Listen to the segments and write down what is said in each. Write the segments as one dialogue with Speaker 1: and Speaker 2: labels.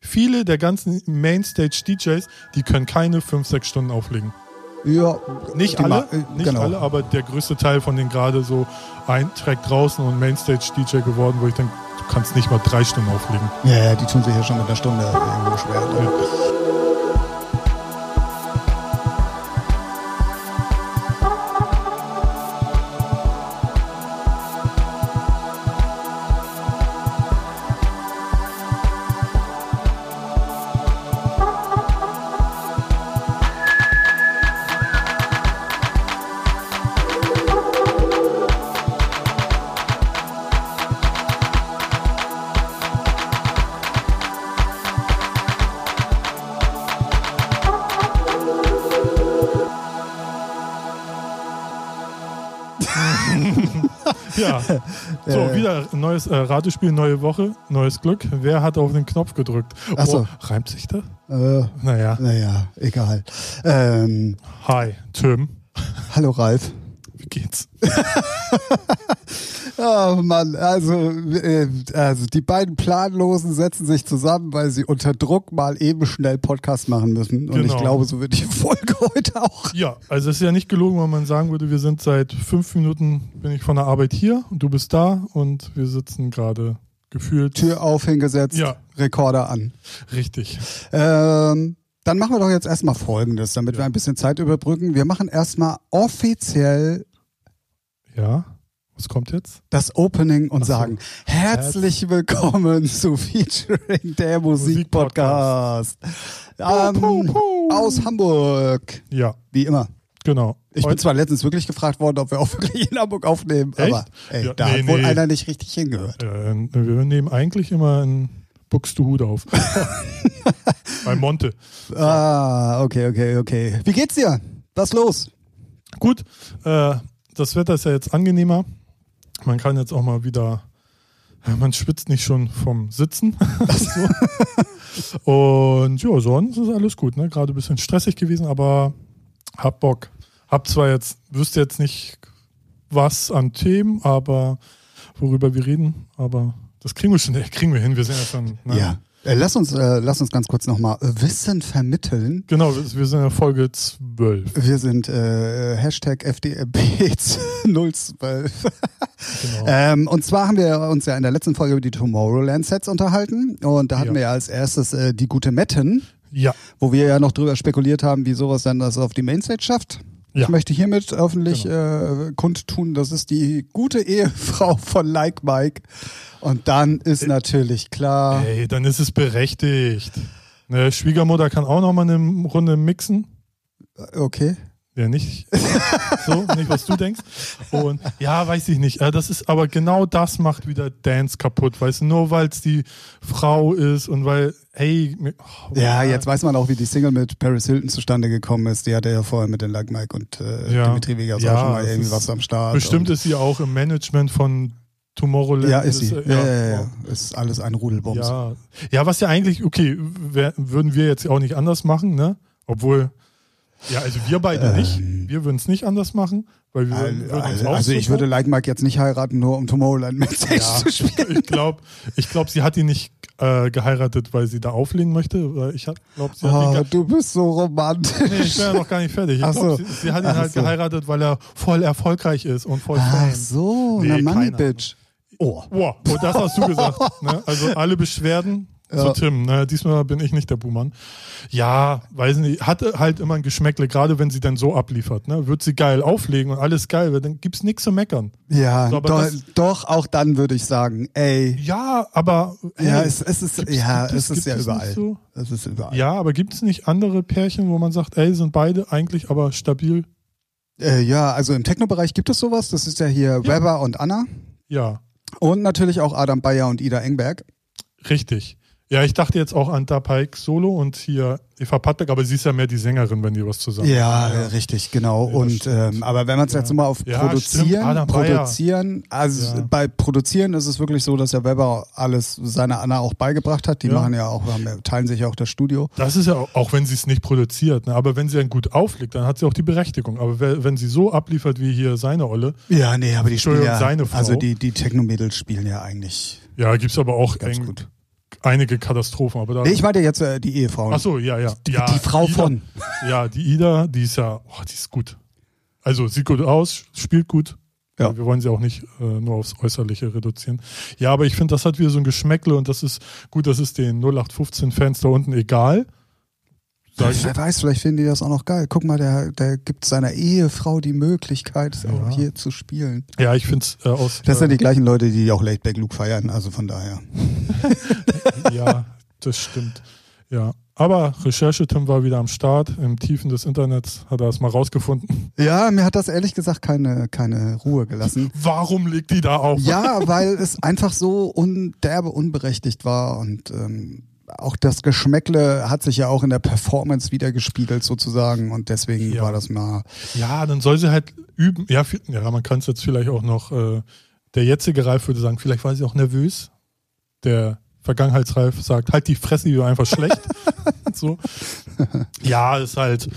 Speaker 1: viele der ganzen Mainstage-DJs, die können keine 5, 6 Stunden auflegen.
Speaker 2: Ja,
Speaker 1: Nicht
Speaker 2: die
Speaker 1: alle,
Speaker 2: Ma- äh,
Speaker 1: nicht
Speaker 2: genau.
Speaker 1: alle, aber der größte Teil von denen gerade so ein Track draußen und Mainstage-DJ geworden, wo ich denke, du kannst nicht mal drei Stunden auflegen.
Speaker 2: Ja, ja, die tun sich ja schon mit einer Stunde irgendwo schwer.
Speaker 1: Ja. So,
Speaker 2: Äh.
Speaker 1: wieder neues äh, Ratespiel, neue Woche, neues Glück. Wer hat auf den Knopf gedrückt? Oh,
Speaker 2: Ach so.
Speaker 1: reimt sich das?
Speaker 2: Äh,
Speaker 1: Naja.
Speaker 2: naja, egal. Ähm,
Speaker 1: Hi, Tim.
Speaker 2: hallo Ralf.
Speaker 1: Wie geht's?
Speaker 2: Oh Mann, also, äh, also die beiden Planlosen setzen sich zusammen, weil sie unter Druck mal eben schnell Podcast machen müssen. Und ich
Speaker 1: Genau.
Speaker 2: glaube, so wird die Folge heute auch.
Speaker 1: Ja, also es ist ja nicht gelogen, wenn man sagen würde, wir sind seit fünf Minuten, bin ich von der Arbeit hier und du bist da und wir sitzen gerade gefühlt
Speaker 2: Tür auf, hingesetzt,
Speaker 1: Ja.
Speaker 2: Rekorder an.
Speaker 1: richtig.
Speaker 2: Ähm, dann machen wir doch jetzt erstmal Folgendes, damit
Speaker 1: Ja.
Speaker 2: wir ein bisschen Zeit überbrücken. Wir machen erstmal offiziell
Speaker 1: Ja, was kommt jetzt?
Speaker 2: das Opening und
Speaker 1: Ach so.
Speaker 2: sagen, herzlich willkommen zu Featuring der Musikpodcast.
Speaker 1: Puh,
Speaker 2: Ähm,
Speaker 1: puh, puh.
Speaker 2: aus Hamburg,
Speaker 1: Ja,
Speaker 2: wie immer.
Speaker 1: genau.
Speaker 2: Ich bin
Speaker 1: Heute-
Speaker 2: zwar letztens wirklich gefragt worden, ob wir auch wirklich in Hamburg aufnehmen,
Speaker 1: Echt?
Speaker 2: aber ey,
Speaker 1: Ja,
Speaker 2: da
Speaker 1: nee,
Speaker 2: hat wohl
Speaker 1: nee.
Speaker 2: einer nicht richtig hingehört.
Speaker 1: äh, wir nehmen eigentlich immer in Buxtehude auf. Bei Monte.
Speaker 2: Ah, okay, okay, okay. Wie geht's dir? Was los?
Speaker 1: Gut, äh, das Wetter ist ja jetzt angenehmer. Man kann jetzt auch mal wieder, ja, man schwitzt nicht schon vom Sitzen. so. Und ja, sonst ist alles gut. Ne? Gerade ein bisschen stressig gewesen, aber hab Bock. Hab zwar jetzt, wüsste jetzt nicht was an Themen, aber worüber wir reden, aber das kriegen wir schon, kriegen wir hin. Wir sind ja schon. Ne?
Speaker 2: Ja. Äh, lass, uns, äh, lass uns ganz kurz nochmal Wissen vermitteln.
Speaker 1: Genau, wir wir sind in der Folge 12.
Speaker 2: Wir sind äh, Hashtag FDRB012.
Speaker 1: Genau.
Speaker 2: Ähm, und zwar haben wir uns ja in der letzten Folge über die Tomorrowland-Sets unterhalten. Und da hatten
Speaker 1: Ja.
Speaker 2: wir ja als erstes äh, die gute Metten,
Speaker 1: ja,
Speaker 2: wo wir ja noch drüber spekuliert haben, wie sowas dann das auf die Mainstage schafft.
Speaker 1: Ja. Genau.
Speaker 2: Ich möchte hiermit öffentlich äh, kundtun, das ist die gute Ehefrau von Like Mike. Und dann ist
Speaker 1: Äh.
Speaker 2: natürlich klar,
Speaker 1: Ey, dann ist es berechtigt. Ne, Schwiegermutter kann auch noch mal eine Runde mixen. Äh.
Speaker 2: okay.
Speaker 1: Ja, nicht so, nicht was du denkst. Und ja, weiß ich nicht. Äh, Das ist aber genau das macht wieder Dance kaputt, weißt du, nur weil es die Frau ist und weil, hey, mir- oh,
Speaker 2: Ja, jetzt weiß man auch, wie die Single mit Paris Hilton zustande gekommen ist. Die hatte ja vorher mit den Like Mike und äh,
Speaker 1: Ja.
Speaker 2: Dimitri Vegas
Speaker 1: Ja,
Speaker 2: auch schon mal
Speaker 1: es
Speaker 2: irgendwie
Speaker 1: ist
Speaker 2: was am Start.
Speaker 1: Bestimmt ist sie auch im Management von
Speaker 2: Und,
Speaker 1: Tomorrowland.
Speaker 2: ja, ist sie.
Speaker 1: äh,
Speaker 2: Ja, ja, ja. Ist alles ein Rudelbums.
Speaker 1: Ja. ja, was ja eigentlich, okay, wär, würden wir jetzt auch nicht anders machen, ne? Obwohl, ja, also wir beide nicht. Wir würden es nicht anders machen, weil wir würden uns
Speaker 2: Ähm. Also,
Speaker 1: auch
Speaker 2: also
Speaker 1: so
Speaker 2: ich würde Like Mike jetzt nicht heiraten, nur um Tomorrowland mit
Speaker 1: Ja.
Speaker 2: zu spielen.
Speaker 1: Ich glaube, ich glaub, sie hat ihn nicht äh, geheiratet, weil sie da auflegen möchte. weil Ich glaube, sie hat ihn
Speaker 2: Oh,
Speaker 1: ge-
Speaker 2: du bist so romantisch.
Speaker 1: Nee, ich bin ja noch gar nicht fertig. Ich
Speaker 2: Ach
Speaker 1: glaub,
Speaker 2: so.
Speaker 1: sie, sie hat ihn
Speaker 2: Ach
Speaker 1: halt
Speaker 2: so.
Speaker 1: geheiratet, weil er voll erfolgreich ist und voll
Speaker 2: Ach
Speaker 1: fame.
Speaker 2: so,
Speaker 1: Nee,
Speaker 2: na Money
Speaker 1: keine Ahnung.
Speaker 2: Bitch. Oh.
Speaker 1: Wow, und das hast du gesagt. Ne? Also alle Beschwerden
Speaker 2: Ja.
Speaker 1: zu Tim. Ne? Diesmal bin ich nicht der Buhmann. Ja, weiß nicht, hatte halt immer ein Geschmäckle, gerade wenn sie dann so abliefert. Ne? Wird sie geil auflegen und alles geil, weil dann gibt's nichts zu meckern.
Speaker 2: Ja,
Speaker 1: So, aber
Speaker 2: doch,
Speaker 1: das-
Speaker 2: doch, auch dann würde ich sagen, ey.
Speaker 1: Ja, aber hey,
Speaker 2: Ja, es, es ist,
Speaker 1: gibt's-
Speaker 2: ja,
Speaker 1: gibt
Speaker 2: es ist ja
Speaker 1: gibt nicht
Speaker 2: überall.
Speaker 1: so?
Speaker 2: Es ist überall.
Speaker 1: Ja, aber gibt es nicht andere Pärchen, wo man sagt, ey, sind beide eigentlich aber stabil?
Speaker 2: Äh, ja, also im Techno-Bereich gibt es sowas. Das ist ja hier Weber und Anna.
Speaker 1: Ja,
Speaker 2: Und natürlich auch Adam Bayer und Ida Engberg.
Speaker 1: richtig. Ja, ich dachte jetzt auch an Da Pike Solo und hier Eva Patbeck, aber sie ist ja mehr die Sängerin, wenn die was zusammen
Speaker 2: Ja, äh, richtig, genau.
Speaker 1: Ja,
Speaker 2: und
Speaker 1: stimmt.
Speaker 2: ähm, aber wenn man es jetzt
Speaker 1: Ja.
Speaker 2: mal auf
Speaker 1: Ja, stimmt,
Speaker 2: produzieren,
Speaker 1: Adam Bayer.
Speaker 2: produzieren, also
Speaker 1: Ja.
Speaker 2: bei produzieren ist es wirklich so, dass ja Weber alles seiner Anna auch beigebracht hat. Die
Speaker 1: Ja.
Speaker 2: machen ja auch, haben ja- teilen sich ja auch das Studio.
Speaker 1: Das ist ja auch, auch wenn sie es nicht produziert, ne? aber wenn sie dann gut auflegt, dann hat sie auch die Berechtigung. Aber wer, wenn sie so abliefert wie hier seine Olle,
Speaker 2: Ja, nee, aber die
Speaker 1: spielen ja-
Speaker 2: seine Frau.
Speaker 1: also
Speaker 2: also die
Speaker 1: die-
Speaker 2: die Techno-Mädels spielen ja eigentlich
Speaker 1: ja, gibt es aber auch
Speaker 2: ganz
Speaker 1: eng,
Speaker 2: gut.
Speaker 1: einige Katastrophen, aber da.
Speaker 2: Nee, ich meinte jetzt äh, die Ehefrau.
Speaker 1: Ach so, ja, ja.
Speaker 2: die,
Speaker 1: ja,
Speaker 2: die Frau
Speaker 1: Ida,
Speaker 2: von.
Speaker 1: Ja, die Ida, die ist ja, oh, die ist gut. Also sieht gut aus, spielt gut.
Speaker 2: Ja.
Speaker 1: Wir wollen sie auch nicht äh, nur aufs Äußerliche reduzieren. Ja, aber ich finde, das hat wieder so ein Geschmäckle und das ist gut, das ist den 0815-Fans da unten egal. Sag ich,
Speaker 2: Wer weiß, vielleicht finden die das auch noch geil. Guck mal, der, der gibt seiner Ehefrau die Möglichkeit, auch hier zu spielen.
Speaker 1: ja, ich finde es äh, aus.
Speaker 2: Das sind
Speaker 1: äh,
Speaker 2: die gleichen Leute, die auch Late Back Luke feiern, also von daher.
Speaker 1: Ja, das stimmt. Ja. Aber Recherche-Tim war wieder am Start. Im Tiefen des Internets hat er es mal rausgefunden.
Speaker 2: Ja, mir hat das ehrlich gesagt keine, keine Ruhe gelassen.
Speaker 1: Warum liegt die da auf?
Speaker 2: Ja, weil es einfach so un derbe unberechtigt war und ähm, auch das Geschmäckle hat sich ja auch in der Performance wieder gespiegelt sozusagen und deswegen
Speaker 1: Ja.
Speaker 2: war das mal
Speaker 1: Ja, dann soll sie halt üben. Ja, vi- ja man kann es jetzt vielleicht auch noch, äh, der jetzige Ralf würde sagen, vielleicht war sie auch nervös. Der Vergangenheitsralf sagt, halt die Fresse, die war einfach schlecht. so. Ja, ist halt,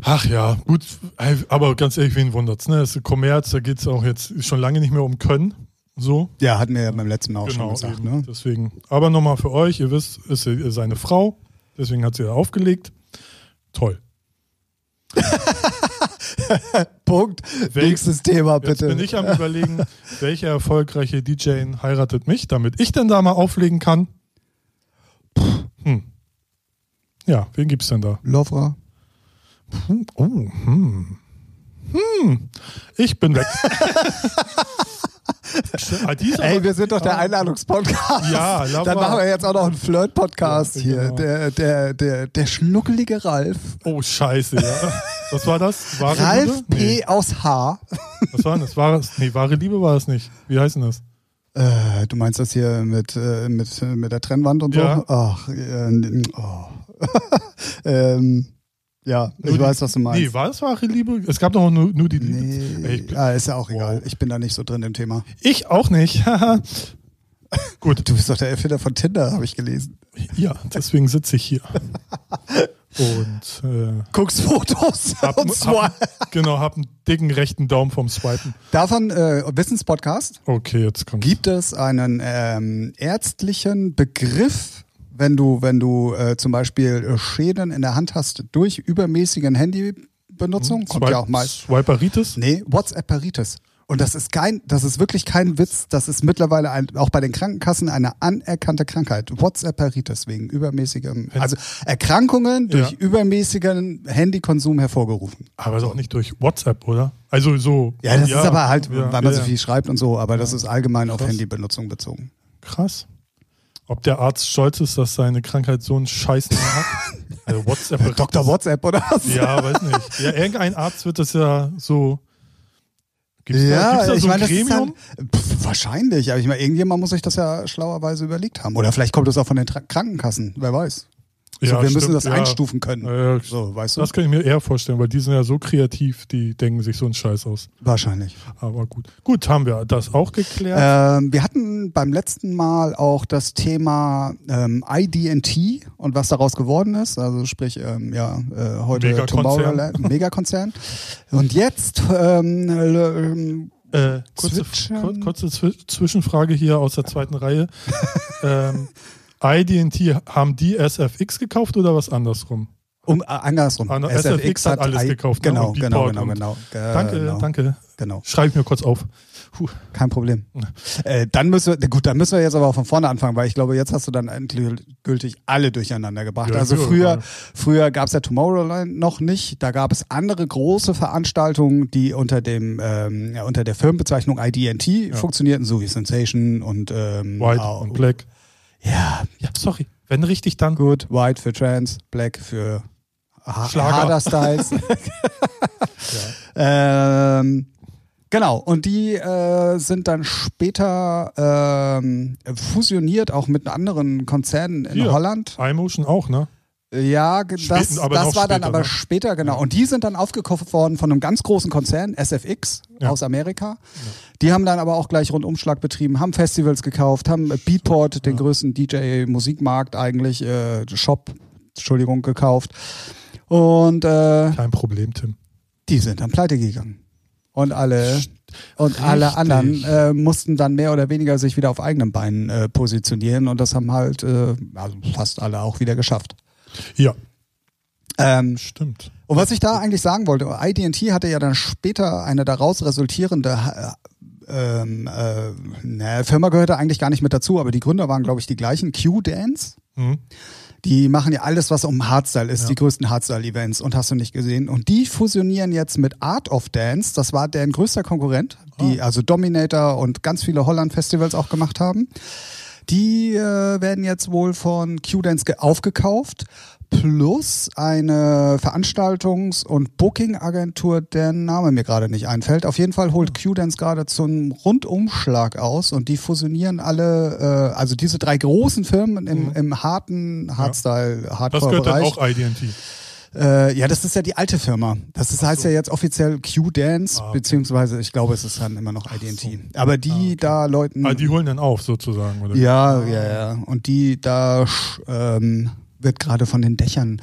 Speaker 1: ach ja, gut, ey, aber ganz ehrlich, wen wundert's, ne? Es ist Kommerz, da geht's auch jetzt schon lange nicht mehr um Können. So,
Speaker 2: ja, hatten wir ja beim letzten Mal auch
Speaker 1: genau.
Speaker 2: schon gesagt,
Speaker 1: eben.
Speaker 2: ne?
Speaker 1: Deswegen. Aber nochmal für euch, ihr wisst, ist sie ist eine Frau, deswegen hat sie da aufgelegt. Toll.
Speaker 2: Punkt.
Speaker 1: Wel-
Speaker 2: Nächstes Thema
Speaker 1: Jetzt
Speaker 2: bitte.
Speaker 1: bin ich am überlegen, welche erfolgreiche DJ heiratet mich, damit ich denn da mal auflegen kann. Hm. Ja, wen gibt's denn da?
Speaker 2: Lovra.
Speaker 1: Hm, Oh, hm. Hm. Ich bin weg. Ah, die ist aber-
Speaker 2: Ey, wir sind doch der Einladungspodcast.
Speaker 1: Ja, Lovra.
Speaker 2: Dann machen wir jetzt auch noch einen Flirt-Podcast
Speaker 1: Ja,
Speaker 2: hier.
Speaker 1: genau.
Speaker 2: Der, der, der, der schnuckelige Ralf.
Speaker 1: Oh, scheiße, ja. Was war das? Wahre
Speaker 2: Ralf
Speaker 1: Liebe?
Speaker 2: P. aus H.
Speaker 1: Was war denn das? Wahre, nee, wahre Liebe war es nicht. Wie heißt denn das?
Speaker 2: Äh, du meinst das hier mit, äh, mit, äh, mit der Trennwand und
Speaker 1: Ja.
Speaker 2: so? Ach, äh, n- oh. ähm, ja, ich
Speaker 1: Nur die-
Speaker 2: weiß, was du
Speaker 1: Nee,
Speaker 2: meinst.
Speaker 1: war es wahre Liebe? Es gab doch nur, nur die Liebe. Ey, ich,
Speaker 2: Nee,
Speaker 1: bin,
Speaker 2: ah, ist ja auch egal. Ich bin da nicht so drin im Thema.
Speaker 1: ich auch nicht. Gut.
Speaker 2: Du bist doch der Erfinder von Tinder, habe ich gelesen.
Speaker 1: Ja, deswegen sitze ich hier. Und äh,
Speaker 2: Guckst Fotos
Speaker 1: hab,
Speaker 2: und zwar.
Speaker 1: hab, genau, hab einen dicken rechten Daumen vom Swipen.
Speaker 2: Davon, äh, Wissenspodcast,
Speaker 1: Okay, jetzt kommt.
Speaker 2: gibt es einen ähm, ärztlichen Begriff, wenn du, wenn du äh, zum Beispiel äh, Schäden in der Hand hast durch übermäßigen
Speaker 1: Mhm.
Speaker 2: Handybenutzung, kommt ja auch mal.
Speaker 1: Swiperitis?
Speaker 2: Nee, WhatsApp-Paritis. Und das ist kein, das ist wirklich kein Witz. Das ist mittlerweile ein, auch bei den Krankenkassen eine anerkannte Krankheit. WhatsApp-Paritis wegen übermäßigem, also Erkrankungen durch
Speaker 1: Ja.
Speaker 2: übermäßigen Handykonsum hervorgerufen.
Speaker 1: Aber doch nicht durch WhatsApp, oder? Also so.
Speaker 2: Ja, das ist aber halt,
Speaker 1: ja,
Speaker 2: weil man
Speaker 1: ja,
Speaker 2: so viel schreibt und so, aber das ist allgemein auf
Speaker 1: Krass.
Speaker 2: Handybenutzung bezogen.
Speaker 1: Krass. Ob der Arzt stolz ist, dass seine Krankheit so einen Scheiß nicht hat? Also WhatsApp.
Speaker 2: Dr. WhatsApp oder was?
Speaker 1: Ja, weiß nicht. Ja, irgendein Arzt wird das ja so. Gibt's da,
Speaker 2: Ja,
Speaker 1: gibt's da so
Speaker 2: ich meine,
Speaker 1: ein
Speaker 2: das ist halt-
Speaker 1: Gremium?
Speaker 2: dann, pf, wahrscheinlich, aber ich meine, irgendjemand muss sich das ja schlauerweise überlegt haben. Oder vielleicht kommt das auch von den Tra Krankenkassen, wer weiß. So, wir müssen
Speaker 1: stimmt,
Speaker 2: das
Speaker 1: ja.
Speaker 2: einstufen können.
Speaker 1: Ja, ja,
Speaker 2: So, weißt du?
Speaker 1: Das kann ich mir eher vorstellen, weil die sind ja so kreativ, die denken sich so einen Scheiß aus.
Speaker 2: Wahrscheinlich.
Speaker 1: Aber gut. Gut, haben wir das auch geklärt.
Speaker 2: Ähm, wir hatten beim letzten Mal auch das Thema ähm, IDT und was daraus geworden ist. Also sprich, ähm, ja, äh, heute
Speaker 1: Megakonzern.
Speaker 2: Tomorrowland, Megakonzern. Und jetzt ähm, äh, ähm,
Speaker 1: Äh, kurze
Speaker 2: switchen.
Speaker 1: kur kurze Zwi Zwischenfrage hier aus der zweiten Reihe. ähm, IDT, haben die SFX gekauft oder was andersrum?
Speaker 2: um äh, andersrum.
Speaker 1: Ander- SFX hat alles
Speaker 2: I-
Speaker 1: gekauft, ne?
Speaker 2: Genau,
Speaker 1: Und
Speaker 2: genau,
Speaker 1: Beatport
Speaker 2: genau,
Speaker 1: und-
Speaker 2: genau, genau.
Speaker 1: danke,
Speaker 2: genau,
Speaker 1: danke.
Speaker 2: Genau,
Speaker 1: Schreibe ich mir kurz auf. Puh,
Speaker 2: kein Problem. Äh, dann müssen wir, gut, dann müssen wir jetzt aber von vorne anfangen, weil ich glaube, jetzt hast du dann endgültig alle durcheinander gebracht.
Speaker 1: Ja,
Speaker 2: also
Speaker 1: ja,
Speaker 2: früher,
Speaker 1: ja.
Speaker 2: früher gab es ja Tomorrowland noch nicht. Da gab es andere große Veranstaltungen, die unter dem ähm, ja, unter der Firmenbezeichnung IDNT funktionierten, so wie Sensation und ähm,
Speaker 1: White
Speaker 2: au-
Speaker 1: und Black.
Speaker 2: Ja,
Speaker 1: Ja, sorry. Wenn richtig, dann.
Speaker 2: gut, White für Trans, Black für ha
Speaker 1: Schlager.
Speaker 2: Harder Styles.
Speaker 1: Ja.
Speaker 2: Ähm, genau, und die äh, sind dann später ähm, fusioniert, auch mit anderen Konzernen in
Speaker 1: Hier.
Speaker 2: Holland.
Speaker 1: iMotion auch, ne?
Speaker 2: Ja, ge- das,
Speaker 1: Späten, aber
Speaker 2: das
Speaker 1: noch
Speaker 2: war dann
Speaker 1: später,
Speaker 2: aber
Speaker 1: ne?
Speaker 2: später, genau. Und die sind dann aufgekauft worden von einem ganz großen Konzern, SFX
Speaker 1: Ja.
Speaker 2: aus Amerika. Die haben dann aber auch gleich Rundumschlag betrieben, haben Festivals gekauft, haben äh, Beatport, den größten DJ-Musikmarkt eigentlich, äh, Shop, Entschuldigung, gekauft. Und äh,
Speaker 1: Kein Problem, Tim.
Speaker 2: die sind dann pleite gegangen. Und alle, und alle
Speaker 1: Richtig.
Speaker 2: anderen äh, mussten dann mehr oder weniger sich wieder auf eigenen Beinen äh, positionieren und das haben halt äh, also fast alle auch wieder geschafft.
Speaker 1: Ja,
Speaker 2: Ähm,
Speaker 1: stimmt.
Speaker 2: und was ich da eigentlich sagen wollte, AT&T hatte ja dann später eine daraus resultierende äh, ähm, äh, ne, Firma gehörte eigentlich gar nicht mit dazu, aber die Gründer waren, glaube ich, die gleichen. Q-Dance.
Speaker 1: Mhm.
Speaker 2: Die machen ja alles, was um Hardstyle ist,
Speaker 1: Ja.
Speaker 2: die größten Hardstyle-Events und hast du nicht gesehen. Und die fusionieren jetzt mit Art of Dance, das war deren größter Konkurrent, die also Dominator und ganz viele Holland-Festivals auch gemacht haben. Die äh, werden jetzt wohl von Q-Dance ge- aufgekauft, plus eine Veranstaltungs- und Booking-Agentur, deren Name mir gerade nicht einfällt. Auf jeden Fall
Speaker 1: Hm.
Speaker 2: holt Q-Dance gerade zum Rundumschlag aus und die fusionieren alle, äh, also diese drei großen Firmen im, im
Speaker 1: Hm.
Speaker 2: harten
Speaker 1: Das gehört dann
Speaker 2: Hardstyle-Hardcore-Bereich.
Speaker 1: auch IDT.
Speaker 2: Äh, ja, das ist ja die alte Firma. Das ist, heißt ja jetzt offiziell Q-Dance,
Speaker 1: Ah, okay.
Speaker 2: beziehungsweise ich glaube, es ist dann immer noch IDT. Aber die da Leuten.
Speaker 1: Ah, die holen dann auf sozusagen, oder?
Speaker 2: Hm. Ja, ja, ja. Und die da sch- ähm, wird gerade von den Dächern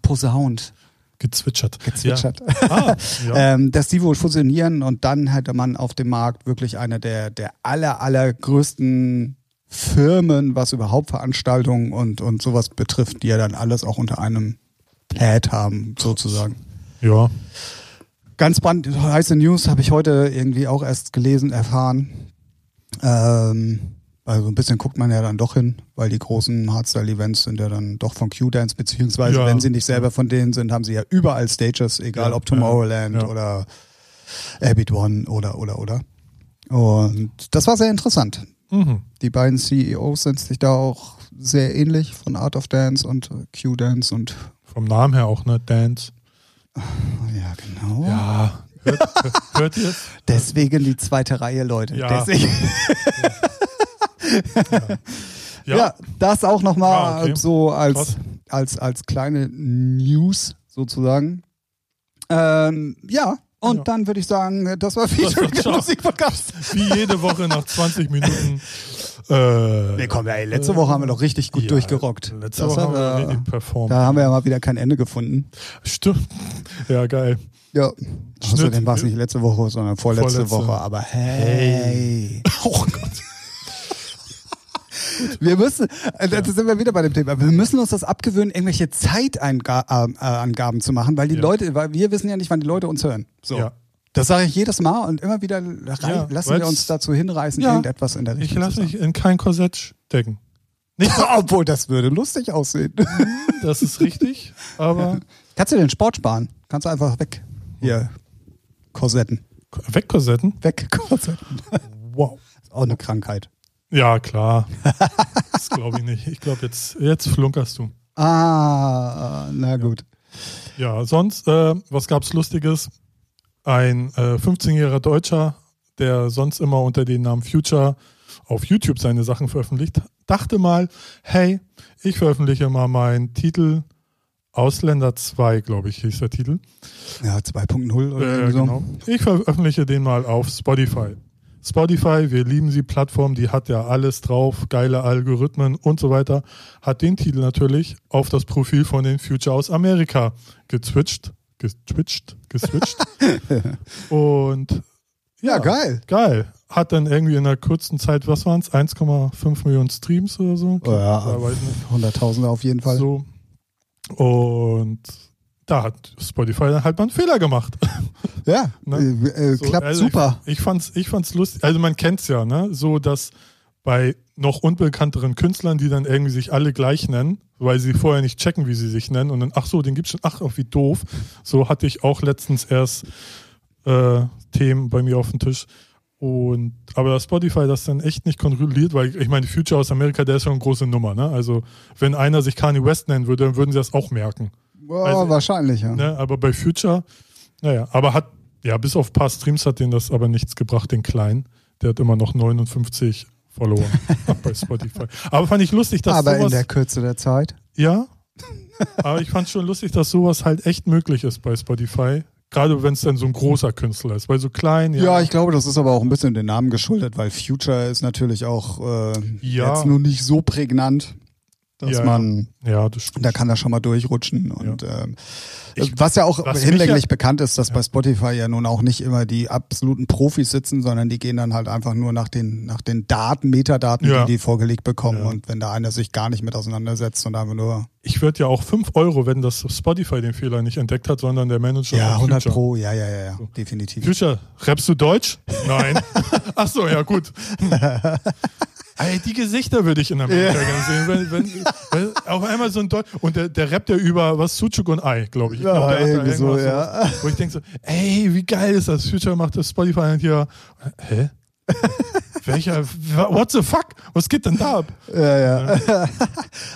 Speaker 2: posaunt,
Speaker 1: Gezwitschert.
Speaker 2: gezwitschert.
Speaker 1: Ja. Ah, ja.
Speaker 2: Ähm, dass die wohl fusionieren und dann hätte man auf dem Markt wirklich eine der, der aller, allergrößten Firmen, was überhaupt Veranstaltungen und, und sowas betrifft, die ja dann alles auch unter einem Pad haben, sozusagen.
Speaker 1: ja.
Speaker 2: Ganz brandheiße News habe ich heute irgendwie auch erst gelesen, erfahren. Ähm, also ein bisschen guckt man ja dann doch hin, weil die großen Hardstyle-Events sind ja dann doch von Q-Dance, beziehungsweise
Speaker 1: Ja.
Speaker 2: wenn sie nicht selber von denen sind, haben sie ja überall Stages, egal
Speaker 1: Ja,
Speaker 2: ob Tomorrowland
Speaker 1: ja, ja.
Speaker 2: oder Abbey One oder, oder, oder. Und das war sehr interessant.
Speaker 1: Mhm.
Speaker 2: Die beiden CEOs sind sich da auch sehr ähnlich von Art of Dance und Q-Dance und,
Speaker 1: Vom Namen her auch, ne? Dance.
Speaker 2: ja, genau.
Speaker 1: Ja. Hört, hört- hört ihr es?
Speaker 2: Deswegen die zweite Reihe, Leute.
Speaker 1: Ja.
Speaker 2: Deswegen. Ja, das auch nochmal
Speaker 1: Ah, okay.
Speaker 2: so als,
Speaker 1: Krass.
Speaker 2: als, als kleine News sozusagen. Ähm, ja, und
Speaker 1: Ja.
Speaker 2: dann würde ich sagen, das war Featuring
Speaker 1: war's.
Speaker 2: der
Speaker 1: Ciao.
Speaker 2: Musikpodcast.
Speaker 1: Wie jede Woche nach 20 Minuten. Äh,
Speaker 2: Nee, komm, ey, letzte Woche haben wir doch richtig gut
Speaker 1: ja,
Speaker 2: durchgerockt.
Speaker 1: Letzte
Speaker 2: Das
Speaker 1: Woche haben
Speaker 2: hat,
Speaker 1: wir
Speaker 2: äh,
Speaker 1: richtig performt.
Speaker 2: da haben wir ja mal wieder kein Ende gefunden.
Speaker 1: Stimmt. Ja, geil.
Speaker 2: Ja. Außerdem
Speaker 1: Schnitt.
Speaker 2: war es nicht letzte Woche, sondern vorletzte,
Speaker 1: Vorletzte.
Speaker 2: Woche. Aber hey.
Speaker 1: Oh Gott.
Speaker 2: Wir müssen, äh, da sind wir wieder bei dem Thema, wir müssen uns das abgewöhnen, irgendwelche Zeitangaben äh, Angaben zu machen, weil die
Speaker 1: Ja.
Speaker 2: Leute, weil wir wissen ja nicht, wann die Leute uns hören. So.
Speaker 1: Ja.
Speaker 2: Das sage ich jedes Mal und immer wieder rei-
Speaker 1: Ja,
Speaker 2: lassen wir
Speaker 1: weil's-
Speaker 2: uns dazu hinreißen,
Speaker 1: Ja.
Speaker 2: irgendetwas in der
Speaker 1: Ich
Speaker 2: Richtung.
Speaker 1: lasse
Speaker 2: zu sagen.
Speaker 1: mich in kein Korsett stecken.
Speaker 2: Obwohl, das würde lustig aussehen.
Speaker 1: Das ist richtig, aber
Speaker 2: Kannst du den Sport sparen? Kannst du einfach weg. Hier. Korsetten.
Speaker 1: wegkorsetten?
Speaker 2: Weg, Korsetten.
Speaker 1: Wow.
Speaker 2: Ist auch eine Krankheit.
Speaker 1: Ja, klar. Das glaube ich nicht. Ich glaube, jetzt, jetzt flunkerst du.
Speaker 2: Ah, na gut.
Speaker 1: Ja, sonst, äh, was gab's Lustiges? Ein äh, 15-jähriger Deutscher, der sonst immer unter dem Namen Future auf YouTube seine Sachen veröffentlicht, dachte mal, hey, ich veröffentliche mal meinen Titel Ausländer 2, glaube ich, hieß der Titel.
Speaker 2: Ja, 2.0 oder
Speaker 1: Äh,
Speaker 2: irgendwie so.
Speaker 1: genau. Ich veröffentliche den mal auf Spotify. Spotify, wir lieben sie, Plattform, die hat ja alles drauf, geile Algorithmen und so weiter, hat den Titel natürlich auf das Profil von den Future aus Amerika gezwitscht, getwitcht, geswitcht. und
Speaker 2: Ja, geil.
Speaker 1: geil. Hat dann irgendwie in einer kurzen Zeit, was waren es, 1,5 Millionen Streams oder so?
Speaker 2: Oh ja,
Speaker 1: Ich weiß nicht.
Speaker 2: 100.000 auf jeden Fall.
Speaker 1: So. Und da hat Spotify dann halt mal einen Fehler gemacht.
Speaker 2: Ja,
Speaker 1: Ne?
Speaker 2: äh, äh,
Speaker 1: So,
Speaker 2: klappt
Speaker 1: also
Speaker 2: super.
Speaker 1: Ich, ich, fand's, ich fand's lustig. Also man kennt's ja, ne? So, dass bei noch unbekannteren Künstlern, die dann irgendwie sich alle gleich nennen, weil sie vorher nicht checken, wie sie sich nennen und dann, ach so, den gibt's schon, ach, oh, wie doof. So hatte ich auch letztens erst äh, Themen bei mir auf dem Tisch. Und, aber dass Spotify das dann echt nicht kontrolliert, weil ich meine, Future aus Amerika, der ist schon eine große Nummer. Ne? Also, wenn einer sich Kanye West nennen würde, dann würden sie das auch merken.
Speaker 2: Boah,
Speaker 1: also-
Speaker 2: wahrscheinlich, ja.
Speaker 1: Ne? Aber bei Future, naja, aber hat, ja, bis auf ein paar Streams hat denen das aber nichts gebracht, den Kleinen. Der hat immer noch 59 Follower bei Spotify. Aber fand ich lustig, dass
Speaker 2: Aber in
Speaker 1: sowas.
Speaker 2: der Kürze der Zeit.
Speaker 1: ja. Aber ich fand schon lustig, dass sowas halt echt möglich ist bei Spotify. Gerade wenn es dann so ein großer Künstler ist. Weil so klein,
Speaker 2: Ja.
Speaker 1: ja.
Speaker 2: ich glaube, das ist aber auch ein bisschen den Namen geschuldet, weil Future ist natürlich auch äh,
Speaker 1: Ja.
Speaker 2: jetzt nur nicht so prägnant. dass
Speaker 1: Ja,
Speaker 2: man
Speaker 1: Ja, das stimmt.
Speaker 2: da kann er schon mal durchrutschen. Und ähm, was ja auch
Speaker 1: was mich
Speaker 2: hinlänglich
Speaker 1: ja-
Speaker 2: bekannt ist, dass bei Spotify ja nun auch nicht immer die absoluten Profis sitzen, sondern die gehen dann halt einfach nur nach den, nach den Daten, Metadaten,
Speaker 1: Ja.
Speaker 2: die die vorgelegt bekommen.
Speaker 1: Ja.
Speaker 2: Und wenn da einer sich gar nicht mit auseinandersetzt und einfach nur
Speaker 1: Ich würde ja auch 5 Euro, wenn das Spotify den Fehler nicht entdeckt hat, sondern der Manager.
Speaker 2: ja,
Speaker 1: von
Speaker 2: 100
Speaker 1: Future.
Speaker 2: Pro, ja, ja, ja, ja, definitiv.
Speaker 1: Future, rappst du Deutsch? Nein. Ach so, ja gut. Hm. Ey, die Gesichter würde ich in Amerika gerne sehen. Wenn, wenn, wenn auf einmal so ein Deutsch. Und der, der rappt ja über was Suchuk und Ei, glaube ich. ich
Speaker 2: Ja,
Speaker 1: der hat da
Speaker 2: irgendwie so,
Speaker 1: irgendwas
Speaker 2: ja.
Speaker 1: sowas, Wo ich denke so, ey, wie geil ist das? Future macht das Spotify und hier. Hä? Welcher? What the fuck? Was geht denn da ab?
Speaker 2: Ja, ja.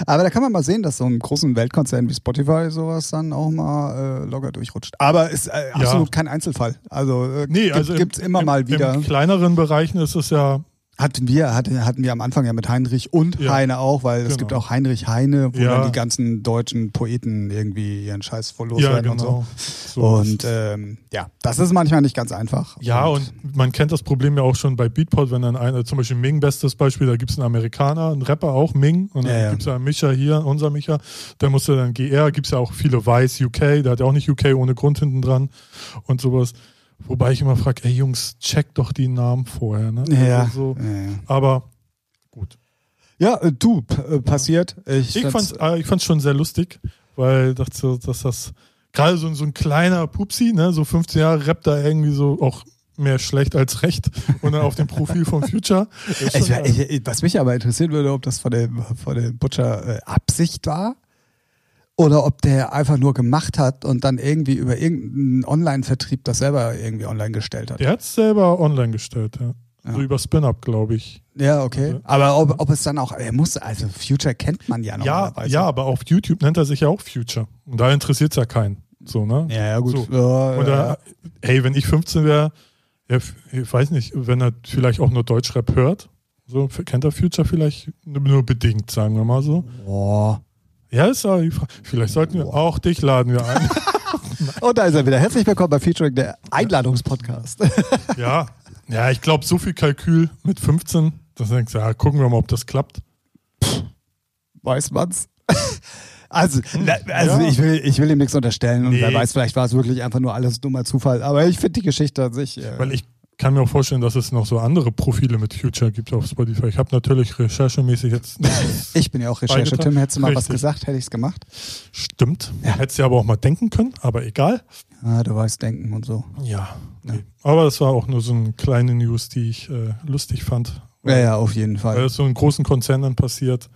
Speaker 2: Aber da kann man mal sehen, dass so einem großen Weltkonzern wie Spotify sowas dann auch mal äh, locker durchrutscht. Aber ist äh, absolut kein Einzelfall. Also, äh,
Speaker 1: Nee,
Speaker 2: gibt,
Speaker 1: also im-
Speaker 2: gibt's immer
Speaker 1: im,
Speaker 2: mal wieder.
Speaker 1: In kleineren Bereichen ist es ja
Speaker 2: Hatten wir, hatte, hatten wir am Anfang ja mit Heinrich und
Speaker 1: Ja.
Speaker 2: Heine auch, weil es
Speaker 1: Genau.
Speaker 2: gibt auch Heinrich Heine, wo
Speaker 1: Ja.
Speaker 2: dann die ganzen deutschen Poeten irgendwie ihren Scheiß voll
Speaker 1: ja,
Speaker 2: loswerden
Speaker 1: genau.
Speaker 2: und so.
Speaker 1: So.
Speaker 2: Und ähm, ja, das ist manchmal nicht ganz einfach.
Speaker 1: Ja, und man kennt das Problem ja auch schon bei Beatport, wenn dann einer, zum Beispiel Ming, bestes Beispiel, da gibt es einen Amerikaner, einen Rapper auch, Ming, und dann
Speaker 2: Ja,
Speaker 1: gibt's
Speaker 2: ja.
Speaker 1: ja. gibt es einen Micha hier, unser Micha, dann muss er dann GR, gibt es ja auch viele Weiß, UK, da hat ja auch nicht UK ohne Grund hinten dran und sowas. Wobei ich immer frage, ey Jungs, checkt doch die Namen vorher, ne?
Speaker 2: ja,
Speaker 1: Also so,
Speaker 2: ja.
Speaker 1: aber gut.
Speaker 2: ja äh, du, p- äh, passiert. Ich,
Speaker 1: Ich fand's, äh, ich fand's schon sehr lustig, weil ich dachte, so, dass das gerade so, ein- so ein kleiner Pupsi, ne, so 15 Jahre rappt da irgendwie so auch mehr schlecht als recht und dann auf dem Profil von Future. Das ist
Speaker 2: äh, Ich,
Speaker 1: schon geil.
Speaker 2: ich, ich, was mich aber interessieren würde, ob das von dem, von dem Butcher äh, Absicht war oder ob der einfach nur gemacht hat und dann irgendwie über irgendeinen Online-Vertrieb das selber irgendwie online gestellt hat. Ja,
Speaker 1: Der hat's selber online gestellt, ja.
Speaker 2: Ja.
Speaker 1: So über Spin-Up, glaube ich.
Speaker 2: okay.
Speaker 1: Also-
Speaker 2: Aber ob, ob es dann auch, er muss, also Future kennt man ja
Speaker 1: Ja,
Speaker 2: normalerweise.
Speaker 1: ja, aber auf YouTube nennt er sich ja auch Future. Und da interessiert's ja keinen. So, ne?
Speaker 2: ja, ja, gut.
Speaker 1: So. äh,
Speaker 2: Ja,
Speaker 1: Oder, ey, wenn ich 15 wäre, ja, f- ich weiß nicht, wenn er vielleicht auch nur Deutschrap hört, so kennt er Future vielleicht nur- nur bedingt, sagen wir mal so.
Speaker 2: ja. Boah.
Speaker 1: Ja, ist aber die Frage. Vielleicht sollten wir auch dich laden wir ein.
Speaker 2: Und da ist er wieder. Herzlich willkommen bei Featuring, der Einladungspodcast.
Speaker 1: ja. Ja, ich glaube, so viel Kalkül mit 15, das denkst du, ja, gucken wir mal, ob das klappt.
Speaker 2: weiß man's. Also, na, also
Speaker 1: Ja.
Speaker 2: ich, will, ich will ihm nichts unterstellen und
Speaker 1: Nee.
Speaker 2: wer weiß, vielleicht war es wirklich einfach nur alles dummer Zufall. Aber ich finde die Geschichte an sich. Äh,
Speaker 1: Weil ich kann mir auch vorstellen, dass es noch so andere Profile mit Future gibt auf Spotify. Ich habe natürlich recherchemäßig jetzt nichts.
Speaker 2: äh, Ich bin ja auch Recherche.
Speaker 1: Beigetragen.
Speaker 2: Tim, hättest du mal was
Speaker 1: Richtig.
Speaker 2: gesagt, hätte ich es gemacht.
Speaker 1: Stimmt.
Speaker 2: Ja.
Speaker 1: Hättest du aber auch mal denken können, aber egal.
Speaker 2: Ah, du weißt denken und so.
Speaker 1: Ja. Nee. Aber das war auch nur so eine kleine News, die ich äh, lustig fand.
Speaker 2: Ja, ja, auf jeden Fall.
Speaker 1: Weil das so in großen Konzernen passiert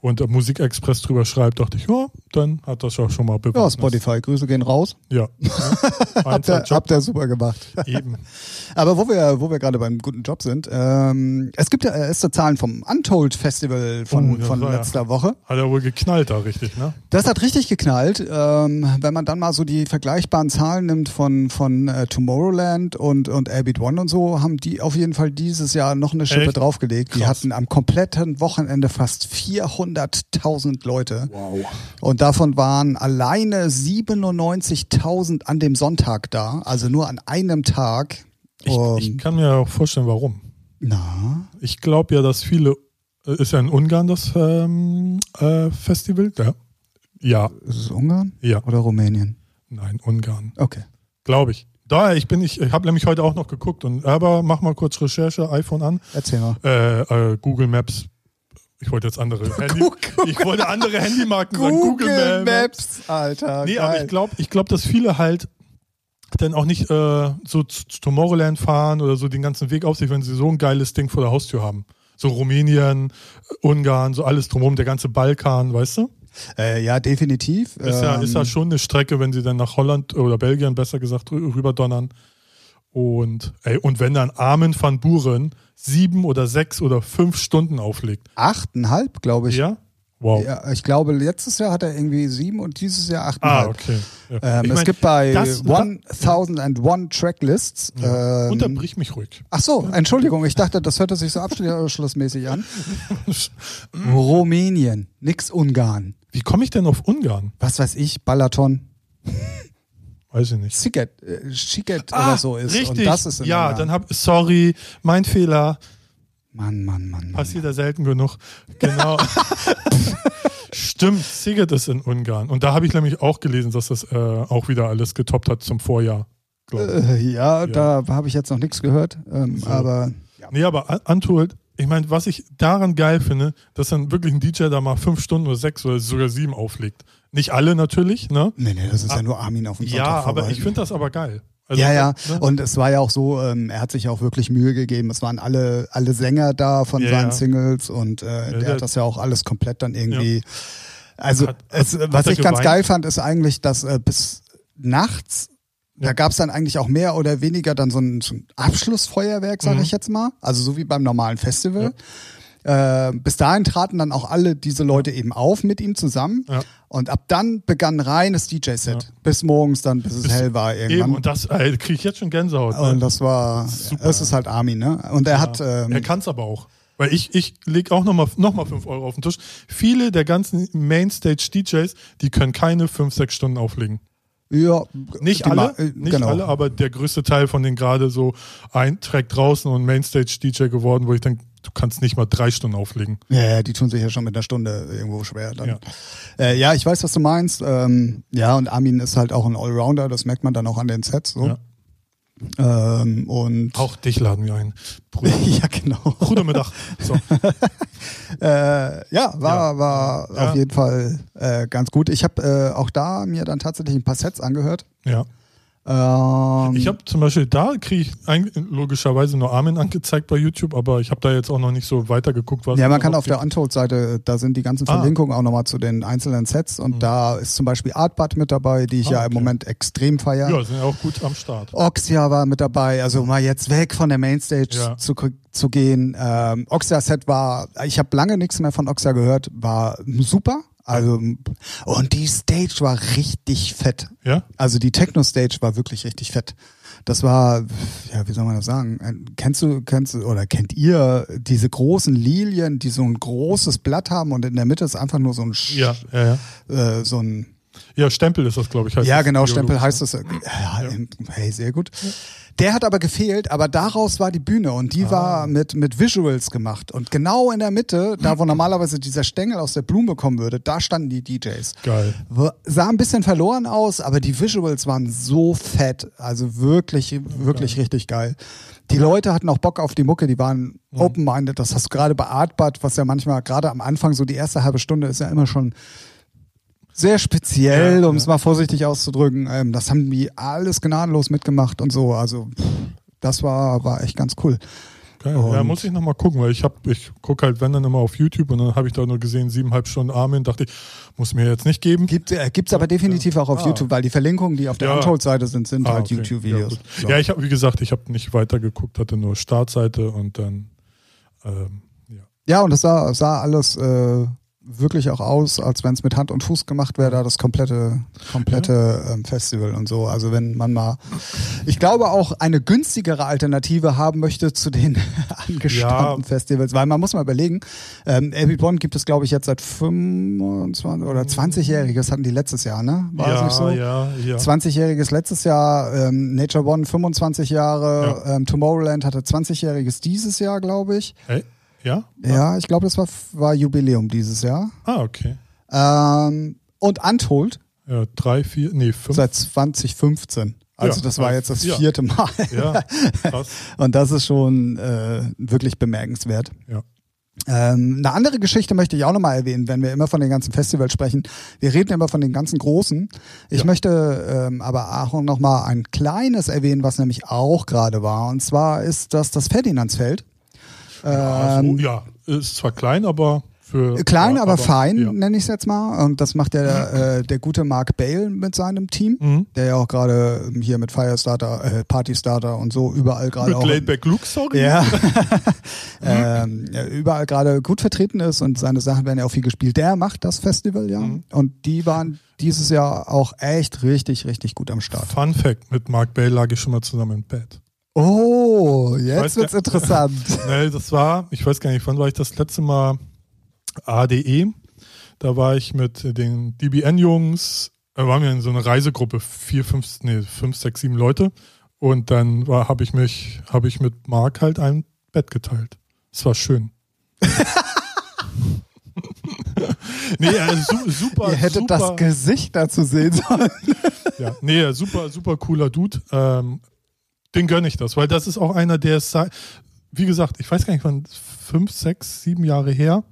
Speaker 1: und der Musikexpress drüber schreibt, dachte ich, ja, dann hat das ja schon mal
Speaker 2: ja,
Speaker 1: Bewandtnis.
Speaker 2: Spotify, Grüße gehen raus.
Speaker 1: Ja. Eins
Speaker 2: Habt ihr,
Speaker 1: hat Job
Speaker 2: habt ihr super gemacht.
Speaker 1: eben.
Speaker 2: Aber wo wir, wo wir gerade beim guten Job sind, ähm, es gibt ja erste Zahlen vom Untold Festival von,
Speaker 1: Oh, das
Speaker 2: von
Speaker 1: war ja-
Speaker 2: letzter Woche.
Speaker 1: Hat er wohl geknallt da richtig, ne?
Speaker 2: Das hat richtig geknallt. Ähm, wenn man dann mal so die vergleichbaren Zahlen nimmt von, von äh, Tomorrowland und, und Airbeat One und so, haben die auf jeden Fall dieses Jahr noch eine Schippe
Speaker 1: Echt?
Speaker 2: draufgelegt. Die
Speaker 1: Krass.
Speaker 2: hatten am kompletten Wochenende fast 400.000 Leute.
Speaker 1: Wow.
Speaker 2: Und davon waren alleine 97.000 an dem Sonntag da. Also nur an einem Tag.
Speaker 1: Ich,
Speaker 2: Ähm,
Speaker 1: ich kann mir auch vorstellen, warum.
Speaker 2: na,
Speaker 1: Ich glaube ja, dass viele, äh, ist ja in Ungarn das ähm, äh, Festival? Ja. Ja,
Speaker 2: ist es Ungarn
Speaker 1: ja.
Speaker 2: oder Rumänien?
Speaker 1: Nein, Ungarn.
Speaker 2: Okay.
Speaker 1: Glaube ich. Daher, ich bin, ich, ich habe nämlich heute auch noch geguckt und aber mach mal kurz Recherche, iPhone an.
Speaker 2: Erzähl mal.
Speaker 1: Äh, äh, Google Maps. Ich wollte jetzt andere Handy, Ich wollte andere Handymarken sagen.
Speaker 2: Google Maps, Alter.
Speaker 1: Nee,
Speaker 2: geil.
Speaker 1: aber ich glaube, ich glaub, dass viele halt dann auch nicht äh, so zu zu Tomorrowland fahren oder so den ganzen Weg auf sich, wenn sie so ein geiles Ding vor der Haustür haben. So Rumänien, Ungarn, so alles drumherum, der ganze Balkan, weißt du?
Speaker 2: Äh, ja, definitiv.
Speaker 1: Ist, ja, ist ja
Speaker 2: Ähm,
Speaker 1: schon eine Strecke, wenn sie dann nach Holland oder Belgien, besser gesagt, rü- rüberdonnern. Und, ey, und wenn dann Armin van Buren sieben oder sechs oder fünf Stunden auflegt.
Speaker 2: achteinhalb, glaube ich. Ja.
Speaker 1: ja? Wow.
Speaker 2: ich glaube, letztes Jahr hat er irgendwie sieben und dieses Jahr
Speaker 1: ah,
Speaker 2: achteinhalb.
Speaker 1: okay. Ja.
Speaker 2: Ähm,
Speaker 1: Ich
Speaker 2: es
Speaker 1: mein,
Speaker 2: gibt bei
Speaker 1: das-
Speaker 2: 1001 Tracklists.
Speaker 1: Ja.
Speaker 2: Ähm,
Speaker 1: Unterbrich mich ruhig.
Speaker 2: ach so, Entschuldigung, ich dachte, das hörte sich so abschlussmäßig an. Rumänien, nix Ungarn.
Speaker 1: Wie komme ich denn auf Ungarn?
Speaker 2: Was weiß ich, Balaton,
Speaker 1: Weiß ich nicht.
Speaker 2: Siget, äh, Siget
Speaker 1: Ah,
Speaker 2: oder so ist.
Speaker 1: Richtig.
Speaker 2: Und das ist in
Speaker 1: ja,
Speaker 2: Ungarn.
Speaker 1: dann hab sorry, mein Fehler.
Speaker 2: Mann, Mann, Mann. Mann.
Speaker 1: Passiert ja selten genug. Genau. Stimmt, Siget ist in Ungarn. Und da habe ich nämlich auch gelesen, dass das äh, auch wieder alles getoppt hat zum Vorjahr. glaub ich.
Speaker 2: Äh, ja, da habe ich jetzt noch nichts gehört, ähm,
Speaker 1: So.
Speaker 2: aber ja.
Speaker 1: Nee, aber Un- Untold, ich meine, was ich daran geil finde, dass dann wirklich ein DJ da mal fünf Stunden oder sechs oder sogar sieben auflegt. Nicht alle natürlich, ne?
Speaker 2: Nee, nee, das ist
Speaker 1: Ah,
Speaker 2: ja nur Armin auf dem
Speaker 1: Ja,
Speaker 2: Sonntag
Speaker 1: aber
Speaker 2: vorbei.
Speaker 1: ich finde das aber geil.
Speaker 2: ja, ja.
Speaker 1: ne?
Speaker 2: Und es war ja auch so, ähm, er hat sich ja auch wirklich Mühe gegeben. Es waren alle, alle Sänger da von
Speaker 1: Ja,
Speaker 2: seinen
Speaker 1: ja.
Speaker 2: Singles und äh, der
Speaker 1: der-
Speaker 2: hat das ja auch alles komplett dann irgendwie. Also,
Speaker 1: Hat-
Speaker 2: es,
Speaker 1: hat-
Speaker 2: was
Speaker 1: hat er
Speaker 2: ich ganz
Speaker 1: geweint?
Speaker 2: geil fand, ist eigentlich, dass äh, bis nachts. Da
Speaker 1: Ja.
Speaker 2: gab es dann eigentlich auch mehr oder weniger dann so ein, so ein Abschlussfeuerwerk, sage
Speaker 1: Mhm.
Speaker 2: ich jetzt mal. Also so wie beim normalen Festival. Äh, bis dahin traten dann auch alle diese Leute eben auf mit ihm zusammen.
Speaker 1: Ja.
Speaker 2: Und ab dann begann reines DJ-Set. Bis morgens dann, bis es hell war irgendwann.
Speaker 1: Eben, und das äh, kriege ich jetzt schon Gänsehaut. Ne?
Speaker 2: Und das war,
Speaker 1: Super.
Speaker 2: es ist halt Armin, ne? Und er hat, ähm,
Speaker 1: er kann es aber auch. Weil ich, ich lege auch nochmal noch mal 5 Euro auf den Tisch. Viele der ganzen Mainstage-DJs, die können keine 5, 6 Stunden auflegen.
Speaker 2: ja,
Speaker 1: Nicht
Speaker 2: die
Speaker 1: alle,
Speaker 2: Ma- äh,
Speaker 1: nicht
Speaker 2: genau.
Speaker 1: alle, aber der größte Teil von denen gerade so ein Track draußen und Mainstage-DJ geworden, wo ich denke, du kannst nicht mal drei Stunden auflegen.
Speaker 2: Ja, ja, die tun sich ja schon mit einer Stunde irgendwo schwer. Dann. Ja.
Speaker 1: Ja.
Speaker 2: Äh, ja, ich weiß, was du meinst. Ähm, ja, und Armin ist halt auch ein Allrounder, das merkt man dann auch an den Sets. So. Ähm, und
Speaker 1: Auch dich laden wir ein. Bruder,
Speaker 2: ja, genau.
Speaker 1: Bruder mit Dach. So.
Speaker 2: Äh, ja, war,
Speaker 1: Ja.
Speaker 2: war
Speaker 1: Ja.
Speaker 2: auf jeden Fall äh, ganz gut. Ich habe äh, auch da mir dann tatsächlich ein paar Sets angehört.
Speaker 1: Ja.
Speaker 2: Ähm,
Speaker 1: Ich habe zum Beispiel, da kriege ich ein- logischerweise nur Armin angezeigt bei YouTube, aber ich habe da jetzt auch noch nicht so weitergeguckt, was.
Speaker 2: Ja, man
Speaker 1: da
Speaker 2: kann
Speaker 1: noch
Speaker 2: auf der Untold-Seite, äh, da sind die ganzen
Speaker 1: Ah. Mhm.
Speaker 2: Verlinkungen auch nochmal zu den einzelnen Sets und da ist zum Beispiel Artbud mit dabei, die ich
Speaker 1: Ah,
Speaker 2: ja im
Speaker 1: okay.
Speaker 2: Moment extrem feiere.
Speaker 1: gibt. Ja, sind ja auch gut am Start.
Speaker 2: Oxia war mit dabei, also mal jetzt weg von der Mainstage
Speaker 1: Ja.
Speaker 2: zu, zu gehen. Ähm, Oxia-Set war, ich habe lange nichts mehr von Oxia gehört, war super. Also, und die Stage war richtig fett.
Speaker 1: Ja?
Speaker 2: Also die Techno-Stage war wirklich richtig fett. Das war, ja, wie soll man das sagen? Ein- Kennst du, kennst du oder kennt ihr diese großen Lilien, die so ein großes Blatt haben und in der Mitte ist einfach nur so ein, Sch-
Speaker 1: Ja, ja, ja.
Speaker 2: äh, so ein
Speaker 1: Ja, Stempel ist das, glaube ich. heißt
Speaker 2: ja,
Speaker 1: das
Speaker 2: genau,
Speaker 1: Biologisch. ne?
Speaker 2: Stempel heißt es. äh, Ja, ähm, Hey, sehr gut. Der hat aber gefehlt, aber daraus war die Bühne und die
Speaker 1: Ah.
Speaker 2: war mit, mit Visuals gemacht. Und genau in der Mitte, da wo normalerweise dieser Stängel aus der Blume kommen würde, da standen die DJs.
Speaker 1: Geil.
Speaker 2: W- Sah ein bisschen verloren aus, aber die Visuals waren so fett. Also wirklich, wirklich richtig geil. Die Leute hatten auch Bock auf die Mucke, die waren open-minded. Das hast du gerade bei Artbud, was ja manchmal gerade am Anfang, so die erste halbe Stunde ist ja immer schon sehr speziell,
Speaker 1: Ja,
Speaker 2: um es
Speaker 1: ja.
Speaker 2: mal vorsichtig auszudrücken. Ähm, das haben die alles gnadenlos mitgemacht und so. Also pff, das war, war echt ganz cool.
Speaker 1: Geil.
Speaker 2: Und-
Speaker 1: Ja, muss ich nochmal gucken, weil ich hab, ich gucke halt, wenn dann immer auf YouTube und dann habe ich da nur gesehen, siebeneinhalb Stunden Armin, dachte ich, muss mir jetzt nicht geben.
Speaker 2: Gibt äh, gibt's aber definitiv auch auf
Speaker 1: Ah.
Speaker 2: YouTube, weil die Verlinkungen, die auf der
Speaker 1: Ja.
Speaker 2: Untold-Seite sind, sind
Speaker 1: Ah,
Speaker 2: halt
Speaker 1: okay. Ja,
Speaker 2: YouTube-Videos.
Speaker 1: gut.
Speaker 2: So.
Speaker 1: ja, ich habe, wie gesagt, ich habe nicht weitergeguckt, hatte nur Startseite und dann, ähm, ja.
Speaker 2: Ja, und das sah, sah alles äh, wirklich auch aus, als wenn es mit Hand und Fuß gemacht wäre, da das komplette, komplette ähm, Festival und so. Also wenn man mal, ich glaube auch eine günstigere Alternative haben möchte zu den angestammten
Speaker 1: Ja.
Speaker 2: Festivals, weil man muss mal überlegen, ähm, Abbey Bond gibt es glaube ich jetzt seit 25 oder 20-jähriges hatten die letztes Jahr, ne? War
Speaker 1: ja,
Speaker 2: das nicht so?
Speaker 1: ja, ja.
Speaker 2: 20-jähriges letztes Jahr, ähm, Nature One 25 Jahre, ähm, Tomorrowland hatte 20-jähriges dieses Jahr, glaube ich.
Speaker 1: Hey? Äh, Ja?
Speaker 2: Ja, ich glaube, das war, war Jubiläum dieses Jahr.
Speaker 1: Ah, okay.
Speaker 2: Ähm, und Untold
Speaker 1: Ja, drei, vier, nee, fünf.
Speaker 2: seit 2015. Also
Speaker 1: Ja,
Speaker 2: das war
Speaker 1: also,
Speaker 2: jetzt das
Speaker 1: ja.
Speaker 2: vierte Mal.
Speaker 1: ja, krass.
Speaker 2: Und das ist schon äh, wirklich bemerkenswert.
Speaker 1: Ja.
Speaker 2: Ähm, eine andere Geschichte möchte ich auch nochmal erwähnen, wenn wir immer von den ganzen Festivals sprechen. Wir reden immer von den ganzen großen. Ich
Speaker 1: Ja.
Speaker 2: möchte ähm, aber auch nochmal ein kleines erwähnen, was nämlich auch gerade war. Und zwar ist das das Ferdinandsfeld.
Speaker 1: Ah, so,
Speaker 2: Ähm,
Speaker 1: ja, ist zwar klein, aber für.
Speaker 2: Klein,
Speaker 1: ja,
Speaker 2: aber, fein,
Speaker 1: Ja.
Speaker 2: nenne ich es jetzt mal. Und das macht der, äh, der gute Mark Bale mit seinem Team,
Speaker 1: Mhm.
Speaker 2: der ja auch gerade ähm, hier mit Firestarter, äh, Partystarter und so überall gerade
Speaker 1: Mit
Speaker 2: auch.
Speaker 1: Laidback Luke, sorry.
Speaker 2: Ja. ähm, ja, überall gerade gut vertreten ist und seine Sachen werden ja auch viel gespielt. Der macht das Festival, ja.
Speaker 1: Mhm.
Speaker 2: Und die waren dieses Jahr auch echt richtig, richtig gut am Start.
Speaker 1: Fun Fact: Mit Mark Bale lag ich schon mal zusammen im Bett.
Speaker 2: Oh, jetzt
Speaker 1: Weiß
Speaker 2: wird's
Speaker 1: der-
Speaker 2: interessant.
Speaker 1: Nee, das war, ich weiß gar nicht, wann war ich das letzte Mal ADE? Da war ich mit den DBN-Jungs, da äh, waren wir in so einer Reisegruppe, vier, fünf, nee, fünf, sechs, sieben Leute. Und dann habe ich mich, habe ich mit Marc halt ein Bett geteilt. Es war schön. nee, also su- super.
Speaker 2: Ihr hättet
Speaker 1: super,
Speaker 2: das Gesicht dazu sehen sollen.
Speaker 1: Ja, nee, super, super cooler Dude. Ähm, den gönne ich das, weil das ist auch einer, der ist, sei- wie gesagt, ich weiß gar nicht, wann, fünf, sechs, sieben Jahre her.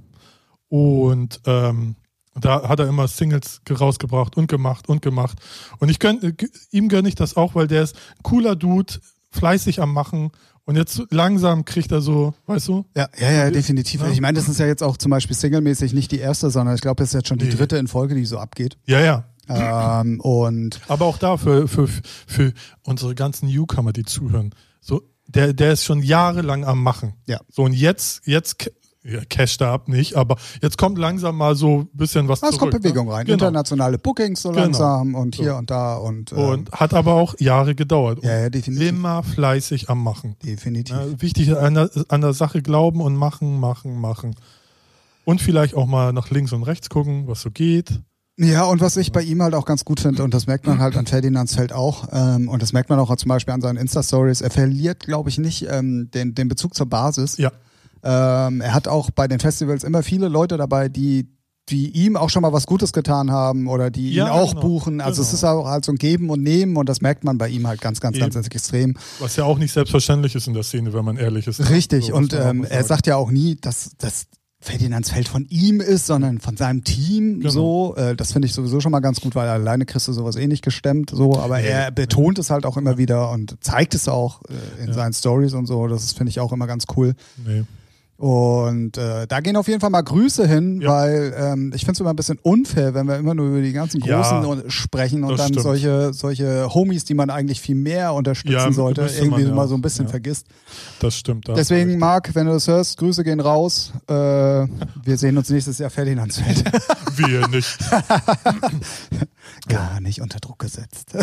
Speaker 1: Und ähm, da hat er immer Singles ge- rausgebracht und gemacht und gemacht. Und ich gönn, äh, g- ihm gönne ich das auch, weil der ist ein cooler Dude, fleißig am Machen. Und jetzt langsam kriegt er so, weißt du,
Speaker 2: Ja, ja, ja, definitiv. Ich meine, das ist ja jetzt auch zum Beispiel singlemäßig nicht die erste, sondern ich glaube, das ist jetzt schon die
Speaker 1: Nee.
Speaker 2: dritte in Folge, die so abgeht.
Speaker 1: ja, ja.
Speaker 2: Ähm, und
Speaker 1: Aber auch da für, für, für unsere ganzen Newcomer, die zuhören. So, der, der ist schon jahrelang am Machen.
Speaker 2: Ja.
Speaker 1: So, und jetzt, jetzt ca- ja, casht er ab nicht, aber jetzt kommt langsam mal so ein bisschen was
Speaker 2: ah, es
Speaker 1: zurück.
Speaker 2: kommt Bewegung
Speaker 1: ne?
Speaker 2: rein.
Speaker 1: Genau.
Speaker 2: Internationale Bookings so
Speaker 1: Genau.
Speaker 2: langsam und
Speaker 1: So.
Speaker 2: hier und da und, äh,
Speaker 1: Und hat aber auch Jahre gedauert.
Speaker 2: ja,
Speaker 1: Und
Speaker 2: ja, definitiv.
Speaker 1: Immer fleißig am Machen.
Speaker 2: Definitiv.
Speaker 1: Ne? Wichtig an der, an der Sache glauben und machen, machen, machen. Und vielleicht auch mal nach links und rechts gucken, was so geht.
Speaker 2: Ja, und was ich bei ihm halt auch ganz gut finde, und das merkt man halt an Ferdinands Feld auch, ähm, und das merkt man auch zum Beispiel an seinen Insta-Stories, er verliert, glaube ich, nicht ähm, den, den Bezug zur Basis.
Speaker 1: Ja.
Speaker 2: Ähm, er hat auch bei den Festivals immer viele Leute dabei, die, die ihm auch schon mal was Gutes getan haben oder die
Speaker 1: Ja,
Speaker 2: ihn auch
Speaker 1: genau,
Speaker 2: buchen. Also es
Speaker 1: genau.
Speaker 2: ist auch halt so ein Geben und Nehmen und das merkt man bei ihm halt ganz, ganz, ganz,
Speaker 1: Eben.
Speaker 2: ganz extrem.
Speaker 1: Was ja auch nicht selbstverständlich ist in der Szene, wenn man ehrlich ist. ne?
Speaker 2: Richtig.
Speaker 1: So, muss
Speaker 2: und
Speaker 1: man auch
Speaker 2: ähm,
Speaker 1: mal
Speaker 2: er
Speaker 1: sagen.
Speaker 2: sagt ja auch nie, dass das Ferdinands Feld von ihm ist, sondern von seinem Team.
Speaker 1: Genau.
Speaker 2: So, äh, das finde ich sowieso schon mal ganz gut, weil alleine kriegst du sowas eh nicht gestemmt. So, aber
Speaker 1: Nee,
Speaker 2: er
Speaker 1: nee.
Speaker 2: betont es halt auch immer wieder und zeigt es auch äh, in
Speaker 1: Ja.
Speaker 2: seinen Stories und so. Das ist, finde ich auch immer ganz cool.
Speaker 1: Nee.
Speaker 2: Und äh, da gehen auf jeden Fall mal Grüße hin,
Speaker 1: Ja.
Speaker 2: weil ähm, ich finde es immer ein bisschen unfair, wenn wir immer nur über die ganzen
Speaker 1: Ja,
Speaker 2: Großen und- sprechen und
Speaker 1: das
Speaker 2: dann
Speaker 1: stimmt.
Speaker 2: solche, solche Homies, die man eigentlich viel mehr unterstützen
Speaker 1: Ja,
Speaker 2: sollte,
Speaker 1: müsste
Speaker 2: irgendwie
Speaker 1: man ja
Speaker 2: mal so ein
Speaker 1: auch,
Speaker 2: bisschen
Speaker 1: ja.
Speaker 2: vergisst.
Speaker 1: Das stimmt. Da hast du
Speaker 2: Deswegen, Marc, wenn du das hörst, Grüße gehen raus. Äh, wir sehen uns nächstes Jahr Ferdinandsfeld.
Speaker 1: recht. wir nicht.
Speaker 2: Gar nicht unter Druck gesetzt.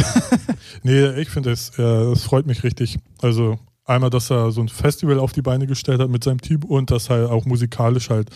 Speaker 1: Nee, ich finde es, äh, es freut mich richtig. Also einmal, dass er so ein Festival auf die Beine gestellt hat mit seinem Team und dass er auch musikalisch halt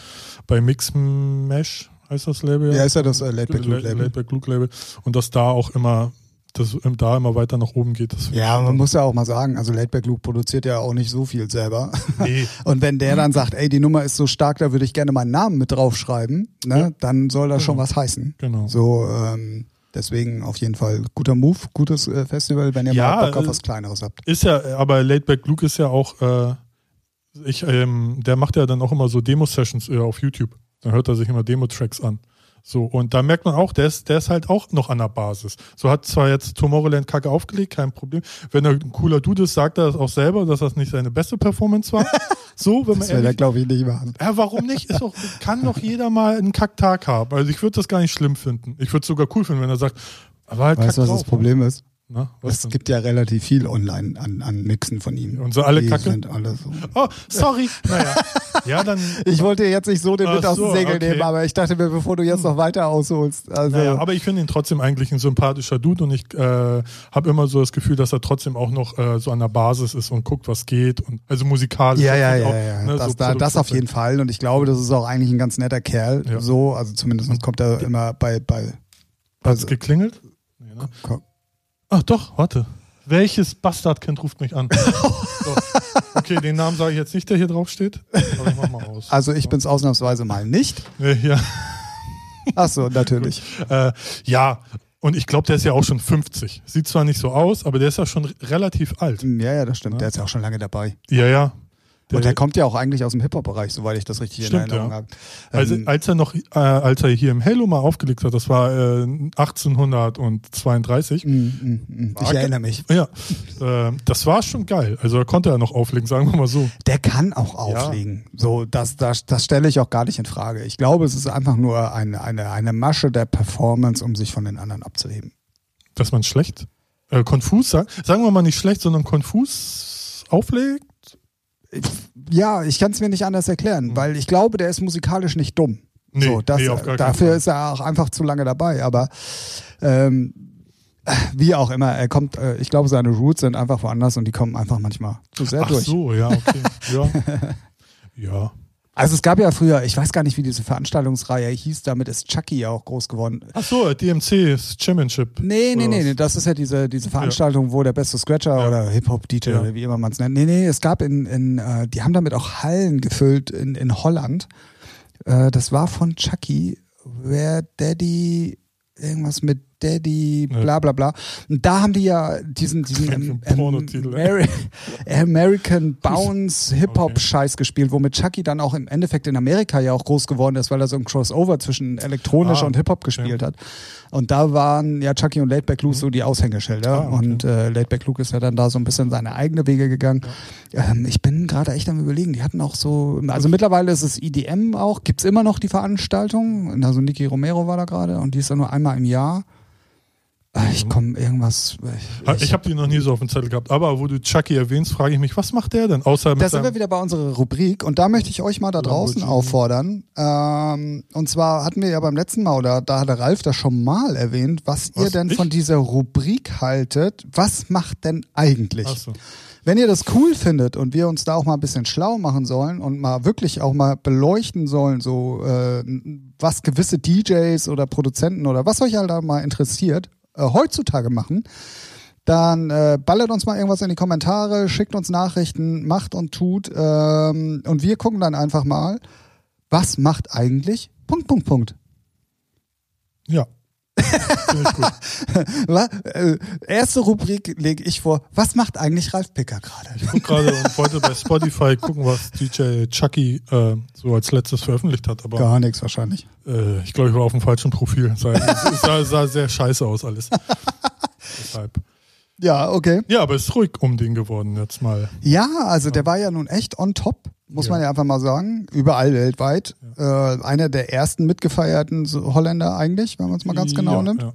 Speaker 1: bei Mix Mesh heißt das Label.
Speaker 2: ja, ist ja das äh, Late Back Loop Label.
Speaker 1: Late Back Luke Label und dass da auch immer, dass da immer weiter nach oben geht. Das find
Speaker 2: Ja, man muss ja auch mal sagen, also Late Back Loop produziert ja auch nicht so viel selber.
Speaker 1: ich- nee,
Speaker 2: Und wenn
Speaker 1: Mhm.
Speaker 2: der dann sagt, ey, die Nummer ist so stark, da würde ich gerne meinen Namen mit draufschreiben, ne,
Speaker 1: Ja.
Speaker 2: dann soll das schon
Speaker 1: Genau.
Speaker 2: was heißen.
Speaker 1: genau.
Speaker 2: So, ähm, deswegen auf jeden Fall guter Move, gutes äh, Festival, wenn ihr
Speaker 1: Ja,
Speaker 2: mal Bock auf
Speaker 1: äh,
Speaker 2: was Kleineres habt.
Speaker 1: Ist ja, aber Late Back Luke ist ja auch, äh, ich, ähm, der macht ja dann auch immer so Demo-Sessions äh, auf YouTube. Dann hört er sich immer Demo-Tracks an. So, und da merkt man auch, der ist, der ist halt auch noch an der Basis. So hat zwar jetzt Tomorrowland Kacke aufgelegt, kein Problem. Wenn er ein cooler Dude ist, sagt er das auch selber, dass das nicht seine beste Performance war. So, wenn man
Speaker 2: Das will er,
Speaker 1: ehrlich
Speaker 2: glaube ich, nicht machen.
Speaker 1: ja, warum nicht? Ist auch, kann doch jeder mal einen Kacktag haben. Also ich würde das gar nicht schlimm finden. Ich würde es sogar cool finden, wenn er sagt, aber halt
Speaker 2: Weißt du,
Speaker 1: kack
Speaker 2: was das
Speaker 1: drauf.
Speaker 2: Problem ist?
Speaker 1: Na, was
Speaker 2: Es
Speaker 1: denn?
Speaker 2: gibt ja relativ viel online an, an Mixen von ihm.
Speaker 1: Und so alle
Speaker 2: Die
Speaker 1: Kacke?
Speaker 2: Sind alle so.
Speaker 1: Oh, sorry. Naja. Ja, dann.
Speaker 2: Ich wollte jetzt nicht so den
Speaker 1: Ach
Speaker 2: mit aus dem
Speaker 1: so,
Speaker 2: Segel
Speaker 1: okay. Hm.
Speaker 2: nehmen, aber ich dachte mir, bevor du jetzt noch weiter ausholst. Also,
Speaker 1: Naja, aber ich finde ihn trotzdem eigentlich ein sympathischer Dude und ich äh, habe immer so das Gefühl, dass er trotzdem auch noch äh, so an der Basis ist und guckt, was geht. Und, also musikalisch.
Speaker 2: ja, ja,
Speaker 1: Ich
Speaker 2: ja,
Speaker 1: find auch,
Speaker 2: ja.
Speaker 1: ne,
Speaker 2: das,
Speaker 1: so
Speaker 2: da, das auf jeden Fall. Und ich glaube, das ist auch eigentlich ein ganz netter Kerl.
Speaker 1: Ja. Mhm.
Speaker 2: So, also zumindest kommt er immer bei. bei
Speaker 1: Hat's
Speaker 2: also,
Speaker 1: geklingelt? Nee, ne?
Speaker 2: ko-
Speaker 1: Ach doch, warte. Welches Bastardkind ruft mich an? so. Okay, den Namen sage ich jetzt nicht, der hier drauf steht. Aber ich mach mal aus.
Speaker 2: also ich bin es ausnahmsweise mal nicht.
Speaker 1: Nee, ja.
Speaker 2: Ach so, natürlich.
Speaker 1: Äh, ja, und ich glaube, der ist ja auch schon 50. Sieht zwar nicht so aus, aber der ist ja schon re- relativ alt.
Speaker 2: Hm, Ja, ja, das stimmt. Der ist ja auch schon lange dabei.
Speaker 1: Ja, ja.
Speaker 2: Und der kommt ja auch eigentlich aus dem Hip-Hop-Bereich, soweit ich das richtig in
Speaker 1: Stimmt,
Speaker 2: Erinnerung
Speaker 1: ja.
Speaker 2: habe.
Speaker 1: Also
Speaker 2: Ähm,
Speaker 1: als er noch, äh, als er hier im Halo mal aufgelegt hat, das war äh, 1832.
Speaker 2: mm, mm, mm. ich
Speaker 1: Marke-
Speaker 2: erinnere mich.
Speaker 1: Ja, äh, das war schon geil. Also da konnte er noch auflegen, sagen wir mal so.
Speaker 2: Der kann auch
Speaker 1: Ja.
Speaker 2: auflegen. So, das, das, das stelle ich auch gar nicht in Frage. Ich glaube, es ist einfach nur eine, eine, eine Masche der Performance, um sich von den anderen abzuheben.
Speaker 1: Dass man schlecht, äh, konfus sagt, sagen wir mal nicht schlecht, sondern konfus auflegt.
Speaker 2: Ja, ich kann es mir nicht anders erklären, weil ich glaube, der ist musikalisch nicht dumm.
Speaker 1: Mhm. Nee,
Speaker 2: so, das,
Speaker 1: nee, auf gar keinen
Speaker 2: dafür
Speaker 1: Fall.
Speaker 2: ist er auch einfach zu lange dabei. Aber ähm, wie auch immer, er kommt, äh, ich glaube, seine Roots sind einfach woanders und die kommen einfach manchmal zu sehr
Speaker 1: Ach
Speaker 2: durch.
Speaker 1: so, ja, okay. ja. ja.
Speaker 2: Also es gab ja früher, ich weiß gar nicht, wie diese Veranstaltungsreihe hieß, damit ist Chucky ja auch groß geworden.
Speaker 1: Ach so, DMC ist Championship.
Speaker 2: Nee, nee,
Speaker 1: Oder
Speaker 2: nee,
Speaker 1: was?
Speaker 2: nee, das ist ja diese, diese Veranstaltung, wo der beste Scratcher
Speaker 1: Ja.
Speaker 2: oder Hip-Hop-DJ
Speaker 1: Ja.
Speaker 2: oder wie immer man es nennt. Nee, nee, es gab in, in äh, die haben damit auch Hallen gefüllt in, in Holland. Äh, das war von Chucky, Where Daddy, irgendwas mit Daddy,
Speaker 1: Ja.
Speaker 2: bla bla bla. Und da haben die ja diesen, diesen
Speaker 1: Klingt wie ein
Speaker 2: ähm,
Speaker 1: Pornotitel, ey.
Speaker 2: Ameri- American Bounce Hip-Hop-Scheiß gespielt, womit Chucky dann auch im Endeffekt in Amerika ja auch groß geworden ist, weil er so ein Crossover zwischen elektronisch
Speaker 1: Ah,
Speaker 2: und Hip-Hop gespielt hat. Und da waren ja Chucky und Laidback Luke so die Aushängeschilder.
Speaker 1: Ah, okay.
Speaker 2: Und äh, Laidback Luke ist ja dann da so ein bisschen seine eigene Wege gegangen. Ähm, ich bin gerade echt am überlegen, die hatten auch so, also mittlerweile ist es IDM auch, gibt's immer noch die Veranstaltung. Also Niki Romero war da gerade und die ist dann nur einmal im Jahr. Äh, Ich komme irgendwas.
Speaker 1: Ha- Mhm. Ah, Ich habe die noch nie so auf dem Zettel gehabt. Aber wo du Chucky erwähnst, frage ich mich, was macht der denn? Außer mit
Speaker 2: Da sind wir
Speaker 1: seinem,
Speaker 2: wieder bei unserer Rubrik und da möchte ich euch mal da draußen
Speaker 1: Lamborghini.
Speaker 2: auffordern. Ähm, und zwar hatten wir ja beim letzten Mal, oder da hatte Ralf das schon mal erwähnt, was, ihr
Speaker 1: Was,
Speaker 2: denn
Speaker 1: ich?
Speaker 2: von dieser Rubrik haltet. Was macht denn eigentlich?
Speaker 1: Ach so.
Speaker 2: Wenn ihr das cool findet und wir uns da auch mal ein bisschen schlau machen sollen und mal wirklich auch mal beleuchten sollen, so äh, was gewisse DJs oder Produzenten oder was euch halt da mal interessiert, äh, heutzutage machen, dann äh, ballert uns mal irgendwas in die Kommentare, schickt uns Nachrichten, macht und tut. Ähm, und wir gucken dann einfach mal, was macht eigentlich Punkt, Punkt, Punkt.
Speaker 1: ja. Finde ich gut.
Speaker 2: Wa- äh, erste Rubrik lege ich vor, was macht eigentlich Ralf Picker gerade?
Speaker 1: Ich guck gerade und wollte bei Spotify gucken, was DJ Chucky äh, so als letztes veröffentlicht hat. Aber
Speaker 2: Gar nichts wahrscheinlich.
Speaker 1: Äh, ich glaube, ich war auf dem falschen Profil. Sah, es sah, sah sehr scheiße aus alles. Deshalb.
Speaker 2: Ja, okay.
Speaker 1: Ja, aber es ist ruhig um den geworden jetzt mal.
Speaker 2: Ja, also der war ja nun echt on top, muss
Speaker 1: Ja.
Speaker 2: man ja einfach mal sagen. Überall weltweit. Äh, einer der ersten mitgefeierten so- Holländer eigentlich, wenn man es mal ganz genau
Speaker 1: ja,
Speaker 2: nimmt.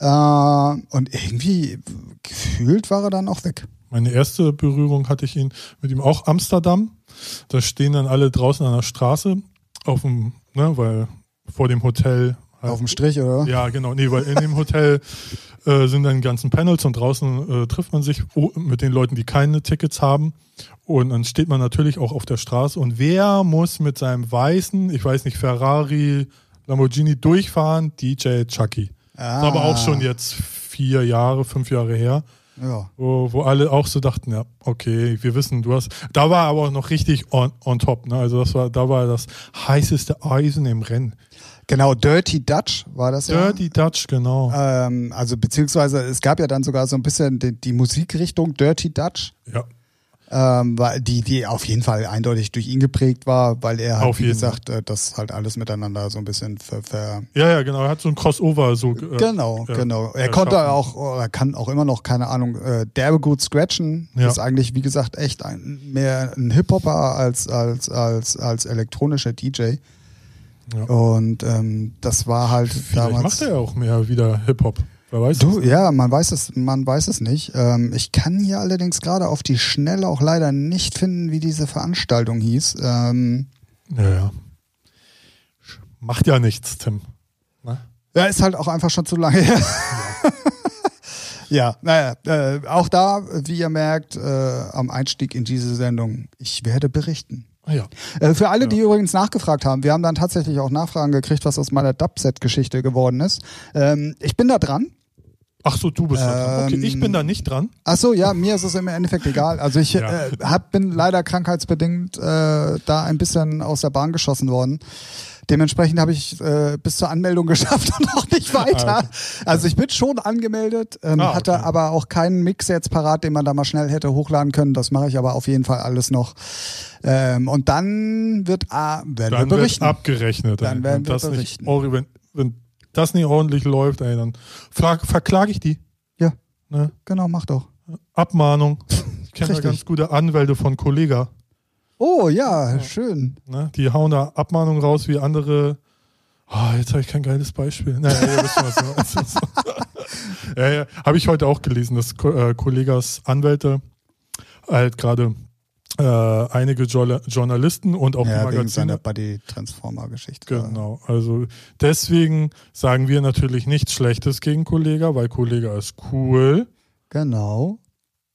Speaker 1: Ja.
Speaker 2: Äh, und irgendwie gefühlt war er dann auch weg.
Speaker 1: Meine erste Berührung hatte ich ihn mit ihm auch Amsterdam. Da stehen dann alle draußen an der Straße auf dem, ne, weil vor dem Hotel. halt-
Speaker 2: Auf dem Strich, oder?
Speaker 1: ja, genau. Nee, weil in dem Hotel äh, sind dann die ganzen Panels und draußen äh, trifft man sich oh, mit den Leuten, die keine Tickets haben. Und dann steht man natürlich auch auf der Straße. Und wer muss mit seinem weißen, ich weiß nicht, Ferrari, Lamborghini durchfahren? DJ Chucky. Das war aber auch schon jetzt vier Jahre, fünf Jahre her,
Speaker 2: Ja.
Speaker 1: wo, wo alle auch so dachten, ja, okay, wir wissen, du hast. Da war er aber auch noch richtig on, on top, ne? Also das war, da war das heißeste Eisen im Rennen.
Speaker 2: Genau, Dirty Dutch war das ja.
Speaker 1: Dirty Dutch, genau.
Speaker 2: Ähm, also beziehungsweise es gab ja dann sogar so ein bisschen die, die Musikrichtung Dirty Dutch,
Speaker 1: ja.
Speaker 2: ähm, weil die, die auf jeden Fall eindeutig durch ihn geprägt war, weil er halt,
Speaker 1: Auf
Speaker 2: wie
Speaker 1: jeden
Speaker 2: gesagt, äh, das halt alles miteinander so ein bisschen ver, ver,
Speaker 1: Ja, ja, genau. Er hat so ein Crossover so. ge- Äh,
Speaker 2: Genau,
Speaker 1: äh,
Speaker 2: genau. Er
Speaker 1: erschaffen.
Speaker 2: konnte auch, oder kann auch immer noch, keine Ahnung, äh, derbe gut scratchen.
Speaker 1: Ja.
Speaker 2: Ist eigentlich, wie gesagt, echt ein, mehr ein Hip-Hopper als, als, als, als elektronischer DJ.
Speaker 1: Ja.
Speaker 2: Und ähm, das war halt
Speaker 1: Vielleicht
Speaker 2: damals.
Speaker 1: macht er ja auch mehr wieder Hip-Hop. Wer weiß.
Speaker 2: Du, ja, man weiß es, man weiß es nicht. Ähm, ich kann hier allerdings gerade auf die Schnelle auch leider nicht finden, wie diese Veranstaltung hieß. Ähm,
Speaker 1: Ja, ja. Macht ja nichts, Tim. Na?
Speaker 2: Ja, ist halt auch einfach schon zu lange her. Ja, naja, äh, auch da, wie ihr merkt, äh, am Einstieg in diese Sendung, ich werde berichten.
Speaker 1: Ah, ja.
Speaker 2: Äh, für alle, die übrigens nachgefragt haben, wir haben dann tatsächlich auch Nachfragen gekriegt, was aus meiner Dubset-Geschichte geworden ist. Ähm, ich bin da dran.
Speaker 1: Ach so, du bist da dran.
Speaker 2: Ähm,
Speaker 1: Okay, ich bin da nicht dran.
Speaker 2: Ach so, ja, mir ist es im Endeffekt egal. Also ich
Speaker 1: Ja.
Speaker 2: äh, hab, bin leider krankheitsbedingt äh, da ein bisschen aus der Bahn geschossen worden. Dementsprechend habe ich äh, bis zur Anmeldung geschafft und auch nicht weiter.
Speaker 1: Ah, okay.
Speaker 2: Also ich bin schon angemeldet, ähm,
Speaker 1: Ah,
Speaker 2: hatte
Speaker 1: okay.
Speaker 2: aber auch keinen Mix jetzt parat, den man da mal schnell hätte hochladen können. Das mache ich aber auf jeden Fall alles noch. Ähm, und dann wird ah, werden
Speaker 1: Dann
Speaker 2: wir
Speaker 1: wird
Speaker 2: berichten.
Speaker 1: abgerechnet.
Speaker 2: Dann
Speaker 1: ey. wenn
Speaker 2: werden wir
Speaker 1: das
Speaker 2: berichten.
Speaker 1: Nicht, ori- wenn, wenn das nicht ordentlich läuft, ey, dann frag, verklage ich die.
Speaker 2: Ja.
Speaker 1: Ne?
Speaker 2: Genau, mach doch.
Speaker 1: Abmahnung. Ich kenne da
Speaker 2: Richtig.
Speaker 1: ganz gute Anwälte von Kollega.
Speaker 2: Oh ja, schön.
Speaker 1: Ne? Die hauen da Abmahnungen raus wie andere. Ah, jetzt habe ich kein geiles Beispiel. Naja, ihr wisst, was ich meine. Es ist so. ja, ja. Habe ich heute auch gelesen, dass Ko- äh, Kollegas Anwälte halt gerade äh, einige Jourla- Journalisten und auch
Speaker 2: Ja,
Speaker 1: die
Speaker 2: wegen
Speaker 1: Magazine
Speaker 2: seiner Buddy-Transformer-Geschichte.
Speaker 1: Genau, also deswegen sagen wir natürlich nichts Schlechtes gegen Kollega, weil Kollega ist cool.
Speaker 2: Genau.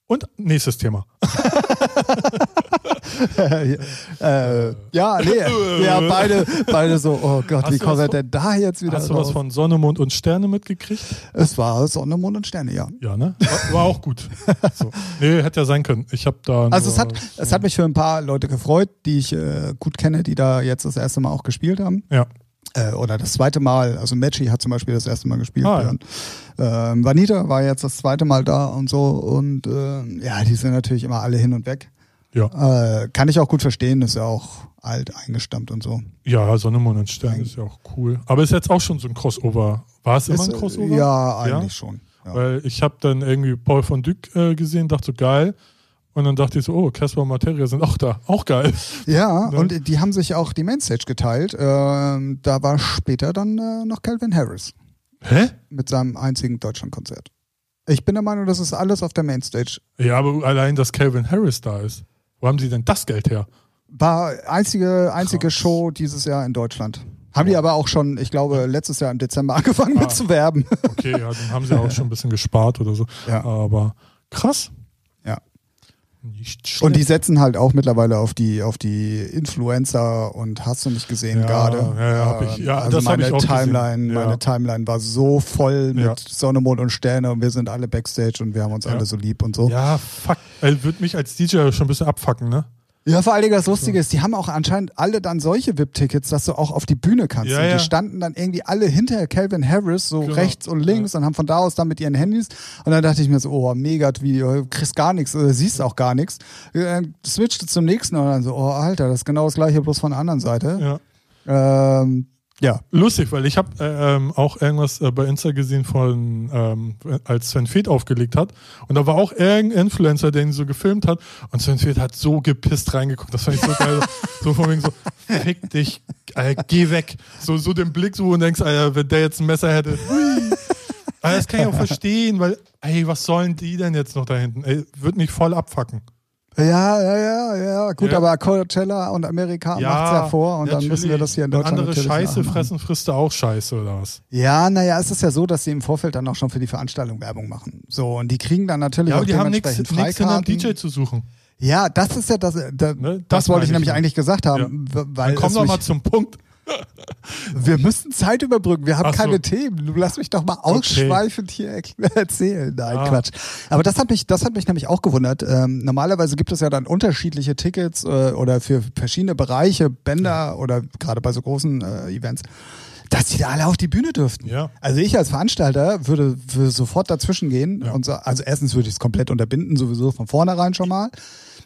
Speaker 1: Und nächstes Thema.
Speaker 2: äh, ja, nee, ja, beide, beide so, oh Gott,
Speaker 1: Hast
Speaker 2: wie
Speaker 1: du
Speaker 2: kommt
Speaker 1: was
Speaker 2: er
Speaker 1: von-
Speaker 2: denn da jetzt wieder
Speaker 1: Hast du was
Speaker 2: drauf?
Speaker 1: von Sonne, Mond und Sterne mitgekriegt?
Speaker 2: Es war Sonne, Mond und Sterne, ja.
Speaker 1: Ja, ne? War, war auch gut. So. Nee, hätte ja sein können. Ich habe da.
Speaker 2: Also es
Speaker 1: nur-
Speaker 2: hat, es hat mich für ein paar Leute gefreut, die ich äh, gut kenne, die da jetzt das erste Mal auch gespielt haben.
Speaker 1: Ja.
Speaker 2: Äh, oder das zweite Mal, also Matchy hat zum Beispiel das erste Mal gespielt.
Speaker 1: Ah, ja.
Speaker 2: und, ähm, Vanita war jetzt das zweite Mal da und so. Und ähm, ja, die sind natürlich immer alle hin und weg.
Speaker 1: Ja.
Speaker 2: Äh, kann ich auch gut verstehen, ist ja auch alt eingestammt und so.
Speaker 1: ja, Sonne, Mond und Sterne ist ja auch cool. Aber ist jetzt auch schon so ein Crossover. War es immer
Speaker 2: Ist,
Speaker 1: ein
Speaker 2: äh,
Speaker 1: Crossover?
Speaker 2: Ja, eigentlich schon. Ja.
Speaker 1: Weil ich habe dann irgendwie Paul von Dyck äh, gesehen, dachte so geil. Und dann dachte ich so, oh, Casper und Materia sind auch da. Auch geil.
Speaker 2: Ja,
Speaker 1: Ne?
Speaker 2: und die haben sich auch die Mainstage geteilt. Ähm, da war später dann äh, noch Calvin Harris
Speaker 1: Hä?
Speaker 2: mit seinem einzigen Deutschlandkonzert. Ich bin der Meinung, das ist alles auf der Mainstage.
Speaker 1: Ja, aber allein, dass Calvin Harris da ist. Wo haben sie denn das Geld her?
Speaker 2: War einzige, einzige
Speaker 1: Krass.
Speaker 2: Show dieses Jahr in Deutschland. Haben die aber auch schon, ich glaube, letztes Jahr im Dezember angefangen
Speaker 1: Ah.
Speaker 2: mit zu werben.
Speaker 1: Okay, ja, dann haben sie auch schon ein bisschen gespart oder so.
Speaker 2: Ja.
Speaker 1: Aber krass.
Speaker 2: Ja.
Speaker 1: Nicht schlecht.
Speaker 2: Und die setzen halt auch mittlerweile auf die, auf die Influencer und hast du nicht gesehen
Speaker 1: Ja,
Speaker 2: gerade.
Speaker 1: ja, ja, hab
Speaker 2: Ähm,
Speaker 1: ich- ja,
Speaker 2: also
Speaker 1: das hab
Speaker 2: meine
Speaker 1: ich auch gesehen.
Speaker 2: Timeline,
Speaker 1: Ja.
Speaker 2: meine Timeline war so voll mit
Speaker 1: Ja.
Speaker 2: Sonne, Mond und Sterne und wir sind alle Backstage und wir haben uns
Speaker 1: Ja.
Speaker 2: alle so lieb und so. Ja,
Speaker 1: Ja, fuck. Ey, Würde mich als DJ schon ein bisschen abfacken, ne?
Speaker 2: vor allen Dingen das Lustige ist, die haben auch anscheinend alle dann solche VIP-Tickets, dass du auch auf die Bühne kannst.
Speaker 1: Ja,
Speaker 2: und die
Speaker 1: ja.
Speaker 2: standen dann irgendwie alle hinter Calvin Harris, so
Speaker 1: Genau.
Speaker 2: rechts und links und haben von da aus dann mit ihren Handys. Und dann dachte ich mir so, oh, mega Video, kriegst gar nichts, äh, siehst auch gar nichts. Äh, switchte zum nächsten und dann so, oh, Alter, das ist genau das gleiche, bloß von der anderen Seite.
Speaker 1: Ja.
Speaker 2: Ähm, ja.
Speaker 1: Lustig, weil ich habe äh, ähm, auch irgendwas äh, bei Insta gesehen von, ähm, als Sven Feth aufgelegt hat. Und da war auch irgendein Influencer, der ihn so gefilmt hat. Und Sven Feth hat so gepisst reingeguckt. Das fand ich so geil. so von wegen so, fick dich, äh, geh weg. So, so den Blick so und denkst, Alter, wenn der jetzt ein Messer hätte. hui. Aber das kann ich auch verstehen, weil, ey, was sollen die denn jetzt noch da hinten? Ey, wird mich voll abfacken.
Speaker 2: Ja, ja, ja, ja. Gut,
Speaker 1: Ja.
Speaker 2: aber Coachella und Amerika macht's ja vor und dann müssen wir das hier in
Speaker 1: Wenn
Speaker 2: Deutschland
Speaker 1: andere
Speaker 2: natürlich
Speaker 1: Scheiße
Speaker 2: nachmachen.
Speaker 1: fressen, frisst du auch Scheiße oder was?
Speaker 2: Ja, naja, es ist ja so, dass sie im Vorfeld dann auch schon für die Veranstaltung Werbung machen. So, und die kriegen dann natürlich
Speaker 1: Ja,
Speaker 2: auch
Speaker 1: aber die haben nichts
Speaker 2: dementsprechend
Speaker 1: hinterm
Speaker 2: Freikarten.
Speaker 1: DJ zu suchen.
Speaker 2: ja, das ist ja das, äh, da,
Speaker 1: Ne,
Speaker 2: das,
Speaker 1: das
Speaker 2: wollte
Speaker 1: meine
Speaker 2: ich
Speaker 1: ich
Speaker 2: nämlich
Speaker 1: ja.
Speaker 2: eigentlich gesagt haben, w- weil
Speaker 1: Dann komm
Speaker 2: es
Speaker 1: doch
Speaker 2: mich,
Speaker 1: mal zum Punkt.
Speaker 2: wir müssen Zeit überbrücken, wir haben
Speaker 1: Ach so.
Speaker 2: keine Themen. Du lass mich doch mal ausschweifend hier erk- erzählen. Nein,
Speaker 1: Ah.
Speaker 2: Quatsch. Aber das hat mich, das hat mich nämlich auch gewundert. Ähm, normalerweise gibt es ja dann unterschiedliche Tickets äh, oder für verschiedene Bereiche, Bänder oder gerade bei so großen äh, Events. Dass die da alle auf die Bühne dürften.
Speaker 1: Ja.
Speaker 2: Also ich als Veranstalter würde, würde sofort dazwischen gehen.
Speaker 1: Ja.
Speaker 2: Und so, also erstens würde ich es komplett unterbinden, sowieso von vornherein schon mal.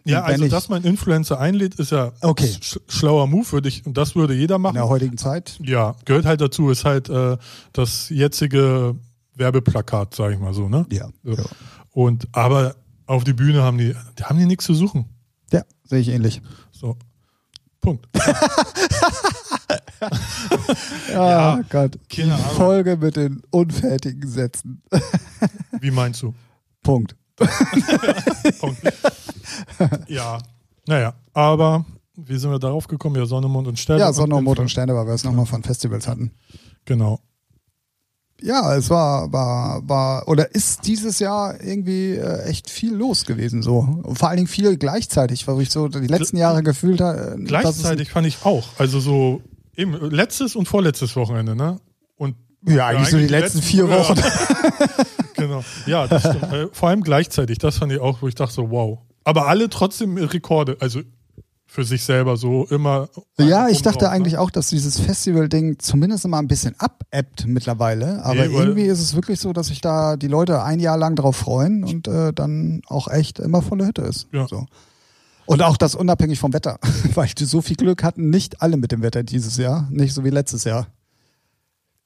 Speaker 1: Ja,
Speaker 2: Und wenn
Speaker 1: also
Speaker 2: ich-
Speaker 1: dass man Influencer einlädt, ist ja
Speaker 2: Okay. Genau.
Speaker 1: sch schlauer Move, würde ich, und das würde jeder
Speaker 2: in
Speaker 1: machen.
Speaker 2: der heutigen Zeit.
Speaker 1: Ja, gehört halt dazu, ist halt äh, das jetzige Werbeplakat, sag ich mal so, ne?
Speaker 2: Ja.
Speaker 1: So.
Speaker 2: Ja,
Speaker 1: Und aber auf die Bühne haben die, die haben die nichts zu suchen.
Speaker 2: ja sehe ich ähnlich.
Speaker 1: So. Punkt.
Speaker 2: Ja, Ah, Gott.
Speaker 1: keine
Speaker 2: Die
Speaker 1: Ahnung.
Speaker 2: Folge mit den unfertigen Sätzen.
Speaker 1: Wie meinst du?
Speaker 2: Punkt.
Speaker 1: Punkt. ja. Naja, aber wie sind wir darauf gekommen? Ja, Sonne, Mond und Sterne.
Speaker 2: Ja, Sonne, Mond und
Speaker 1: Influ-
Speaker 2: Sterne, weil wir es nochmal von Festivals hatten.
Speaker 1: Genau.
Speaker 2: Ja, es war, war, war, oder ist dieses Jahr irgendwie äh, echt viel los gewesen so. Und Vor allen Dingen viel gleichzeitig, weil ich so die letzten Jahre gefühlt habe. äh, dass es-
Speaker 1: Gleichzeitig fand ich auch. Also so eben letztes und vorletztes Wochenende, ne? Und
Speaker 2: Ja, eigentlich so die letzten vier Wochen.
Speaker 1: genau. Ja, das stimmt. Äh, Vor allem gleichzeitig, das fand ich auch, wo ich dachte so, wow. Aber alle trotzdem Rekorde, also für sich selber so immer.
Speaker 2: Ja, ich
Speaker 1: oben
Speaker 2: dachte
Speaker 1: drauf, ne?
Speaker 2: eigentlich auch, dass dieses Festival-Ding zumindest mal ein bisschen abebbt mittlerweile. Aber
Speaker 1: Nee, weil-
Speaker 2: irgendwie ist es wirklich so, dass sich da die Leute ein Jahr lang drauf freuen und äh, dann auch echt immer volle Hütte ist.
Speaker 1: Ja.
Speaker 2: So. Und auch das unabhängig vom Wetter, weil die so viel Glück hatten, nicht alle mit dem Wetter dieses Jahr, nicht so wie letztes Jahr.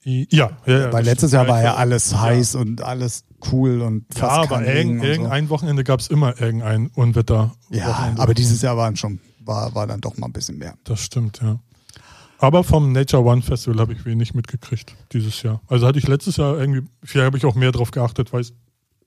Speaker 1: Ja, ja, ja
Speaker 2: weil
Speaker 1: das
Speaker 2: letztes
Speaker 1: stimmt.
Speaker 2: Jahr war ja
Speaker 1: ich-
Speaker 2: alles heiß und alles cool und
Speaker 1: Ja,
Speaker 2: fast
Speaker 1: aber
Speaker 2: kein
Speaker 1: irgend,
Speaker 2: Regen und so.
Speaker 1: irgendein Wochenende gab es immer irgendein Unwetter.
Speaker 2: Ja, aber dieses Jahr waren schon, war, war dann doch mal ein bisschen mehr.
Speaker 1: Das stimmt, ja. Aber vom Nature One Festival habe ich wenig mitgekriegt dieses Jahr. Also hatte ich letztes Jahr irgendwie, vielleicht habe ich auch mehr drauf geachtet, weiß,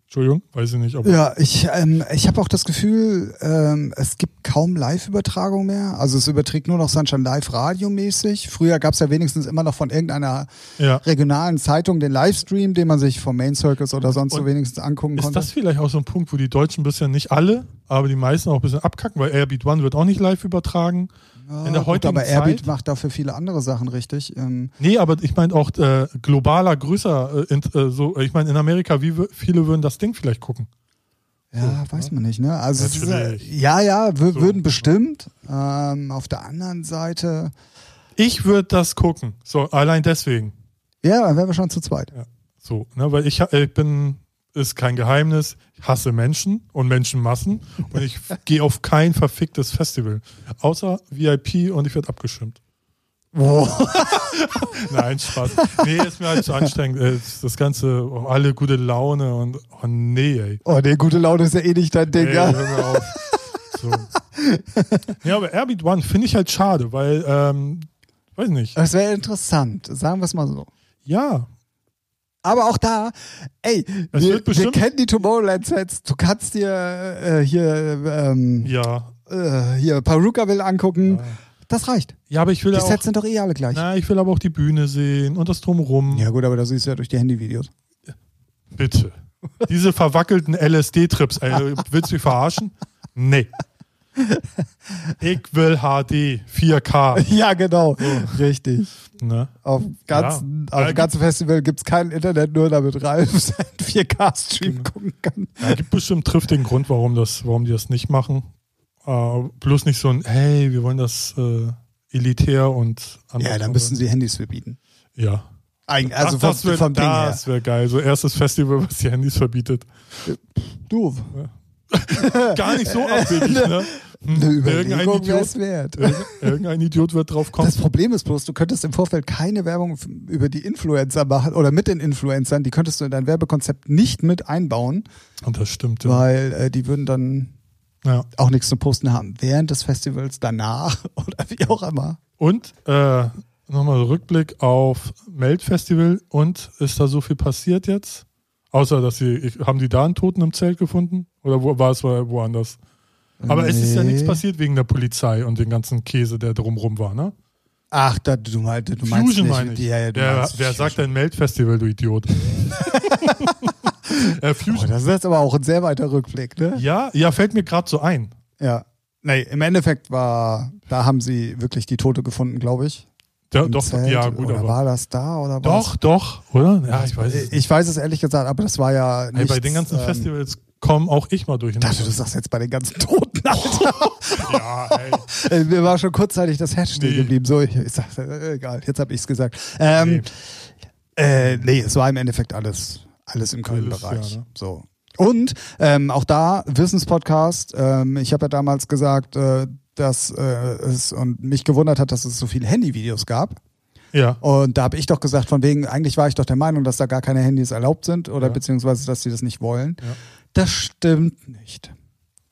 Speaker 1: Entschuldigung, weiß ich nicht. Ob
Speaker 2: Ja, ich, ähm, ich habe auch das Gefühl, ähm, es gibt kaum Live-Übertragung mehr. Also es überträgt nur noch Sunshine Live radiomäßig. Früher gab es ja wenigstens immer noch von irgendeiner
Speaker 1: ja.
Speaker 2: regionalen Zeitung den Livestream, den man sich vom Main Circus oder sonst so
Speaker 1: Und
Speaker 2: wenigstens angucken
Speaker 1: Ist
Speaker 2: konnte.
Speaker 1: das vielleicht auch so ein Punkt, wo die Deutschen ein bisschen, nicht alle, aber die meisten auch ein bisschen abkacken, weil Airbeat One wird auch nicht live übertragen.
Speaker 2: ja,
Speaker 1: in der
Speaker 2: gut,
Speaker 1: heutigen
Speaker 2: aber Airbeat
Speaker 1: Zeit-
Speaker 2: macht dafür viele andere Sachen richtig. Ähm,
Speaker 1: Nee, aber ich meine auch äh, globaler, größer, äh, in, äh, so, ich meine in Amerika, wie wür- viele würden das Ding vielleicht gucken?
Speaker 2: ja, weiß man nicht, ne? Also es ist, äh,
Speaker 1: Natürlich.
Speaker 2: ja, ja, wür-
Speaker 1: So.
Speaker 2: würden bestimmt. Ähm, auf der anderen Seite,
Speaker 1: Ich würde das gucken. So, allein deswegen.
Speaker 2: ja, dann wären wir schon zu zweit.
Speaker 1: So, ne, weil ich, ha- ich bin, ist kein Geheimnis, ich hasse Menschen und Menschenmassen und ich gehe auf kein verficktes Festival. Außer VIP und ich werde abgeschirmt. Nein, Spaß. Nee, ist mir halt zu anstrengend. Äh, Das Ganze, oh, alle gute Laune und, oh nee, ey.
Speaker 2: Oh, nee, gute Laune ist ja eh nicht dein Ding,
Speaker 1: Ey,
Speaker 2: ja.
Speaker 1: hör mir auf. So. Ja, aber Airbeat One finde ich halt schade, weil, ähm, weiß nicht.
Speaker 2: Das wäre interessant, sagen wir es mal so.
Speaker 1: Ja,
Speaker 2: Aber auch da, ey,
Speaker 1: Es wird
Speaker 2: wir, wir
Speaker 1: bestimmt-
Speaker 2: kennen die Tomorrowland-Sets. Du kannst dir äh, hier, ähm,
Speaker 1: ja.
Speaker 2: äh, hier Perukaville angucken. Das reicht.
Speaker 1: Ja, aber ich will
Speaker 2: Die
Speaker 1: ja auch,
Speaker 2: Sets sind doch eh alle gleich.
Speaker 1: na, ich will aber auch die Bühne sehen und das Drumherum.
Speaker 2: Ja gut, aber da siehst du ja durch die Handyvideos.
Speaker 1: Bitte. Diese verwackelten LSD-Trips, ey, willst du mich verarschen? Nee. Ich will HD, 4K.
Speaker 2: Ja, genau.
Speaker 1: Oh.
Speaker 2: Richtig.
Speaker 1: Ne?
Speaker 2: Auf dem ganzen, auf
Speaker 1: Also
Speaker 2: dem ganzen Festival gibt es kein Internet, nur damit Ralf seinen 4K-Stream
Speaker 1: Genau.
Speaker 2: gucken kann.
Speaker 1: Ja, gibt bestimmt triftigen Grund, warum, das, warum die das nicht machen. Äh, bloß nicht so ein, hey, wir wollen das äh, elitär und
Speaker 2: Ja, dann müssen sie Handys verbieten.
Speaker 1: Ja.
Speaker 2: Eig also vom,
Speaker 1: wär-
Speaker 2: vom Ding her.
Speaker 1: das wäre geil. So erstes Festival, was die Handys verbietet.
Speaker 2: Du,
Speaker 1: Gar nicht so abwegig, ne? Hm,
Speaker 2: eine
Speaker 1: Irgendein
Speaker 2: Überlegung wäre
Speaker 1: Idiot,
Speaker 2: es wert.
Speaker 1: irg- irgendein Idiot wird drauf kommen.
Speaker 2: Das Problem ist bloß, du könntest im Vorfeld keine Werbung f- über die Influencer machen oder mit den Influencern, die könntest du in dein Werbekonzept nicht mit einbauen,
Speaker 1: Und das stimmt. Ja.
Speaker 2: weil äh, die würden dann
Speaker 1: Ja.
Speaker 2: auch nichts zu posten haben während des Festivals, danach oder wie auch immer.
Speaker 1: Und äh, nochmal Rückblick auf Melt-Festival. Und ist da so viel passiert jetzt? Außer, dass sie, ich- haben die da einen Toten im Zelt gefunden? Oder wo, war es wo- woanders? Aber es ist ja
Speaker 2: Nee.
Speaker 1: nichts passiert wegen der Polizei und dem ganzen Käse, der drumrum war, ne?
Speaker 2: Ach, da, du, mein- du meinst
Speaker 1: Fusion
Speaker 2: nicht.
Speaker 1: meine ich.
Speaker 2: Ja, ja, du
Speaker 1: wer
Speaker 2: meinst
Speaker 1: wer
Speaker 2: Fusion.
Speaker 1: sagt denn Melt-Festival, du Idiot? äh,
Speaker 2: Oh,
Speaker 1: Fusion.
Speaker 2: das ist jetzt aber auch ein sehr weiter Rückblick, ne?
Speaker 1: ja, ja, fällt mir gerade so ein.
Speaker 2: Ja. Nee, im Endeffekt war, da haben sie wirklich die Tote gefunden, glaube ich.
Speaker 1: Ja,
Speaker 2: Im
Speaker 1: doch,
Speaker 2: Zelt.
Speaker 1: ja, gut,
Speaker 2: oder
Speaker 1: aber.
Speaker 2: war das da oder war
Speaker 1: doch, doch, oder? Ja, ich weiß es.
Speaker 2: Ich weiß es ehrlich gesagt, aber das war ja
Speaker 1: Hey,
Speaker 2: nicht.
Speaker 1: bei den
Speaker 2: ähm,
Speaker 1: ganzen Festivals kommen auch ich mal durch.
Speaker 2: Ich dachte, du sagst jetzt bei den ganzen Toten, Alter.
Speaker 1: ja, ey.
Speaker 2: Äh, Mir war schon kurzzeitig das Herz stehen
Speaker 1: Nee.
Speaker 2: geblieben. So, ich, ich sag, äh, egal, jetzt habe ich es gesagt. Ähm, nee. Äh, nee, es war im Endeffekt alles, alles im grünen
Speaker 1: Alles,
Speaker 2: Bereich.
Speaker 1: ja, ne?
Speaker 2: So. Und ähm, auch da, Wissenspodcast, ähm, ich habe ja damals gesagt, äh, dass äh, es und mich gewundert hat, dass es so viele Handyvideos gab.
Speaker 1: Ja.
Speaker 2: Und da habe ich doch gesagt, von wegen, eigentlich war ich doch der Meinung, dass da gar keine Handys erlaubt sind oder
Speaker 1: Ja.
Speaker 2: beziehungsweise, dass sie das nicht wollen.
Speaker 1: Ja.
Speaker 2: Das stimmt nicht.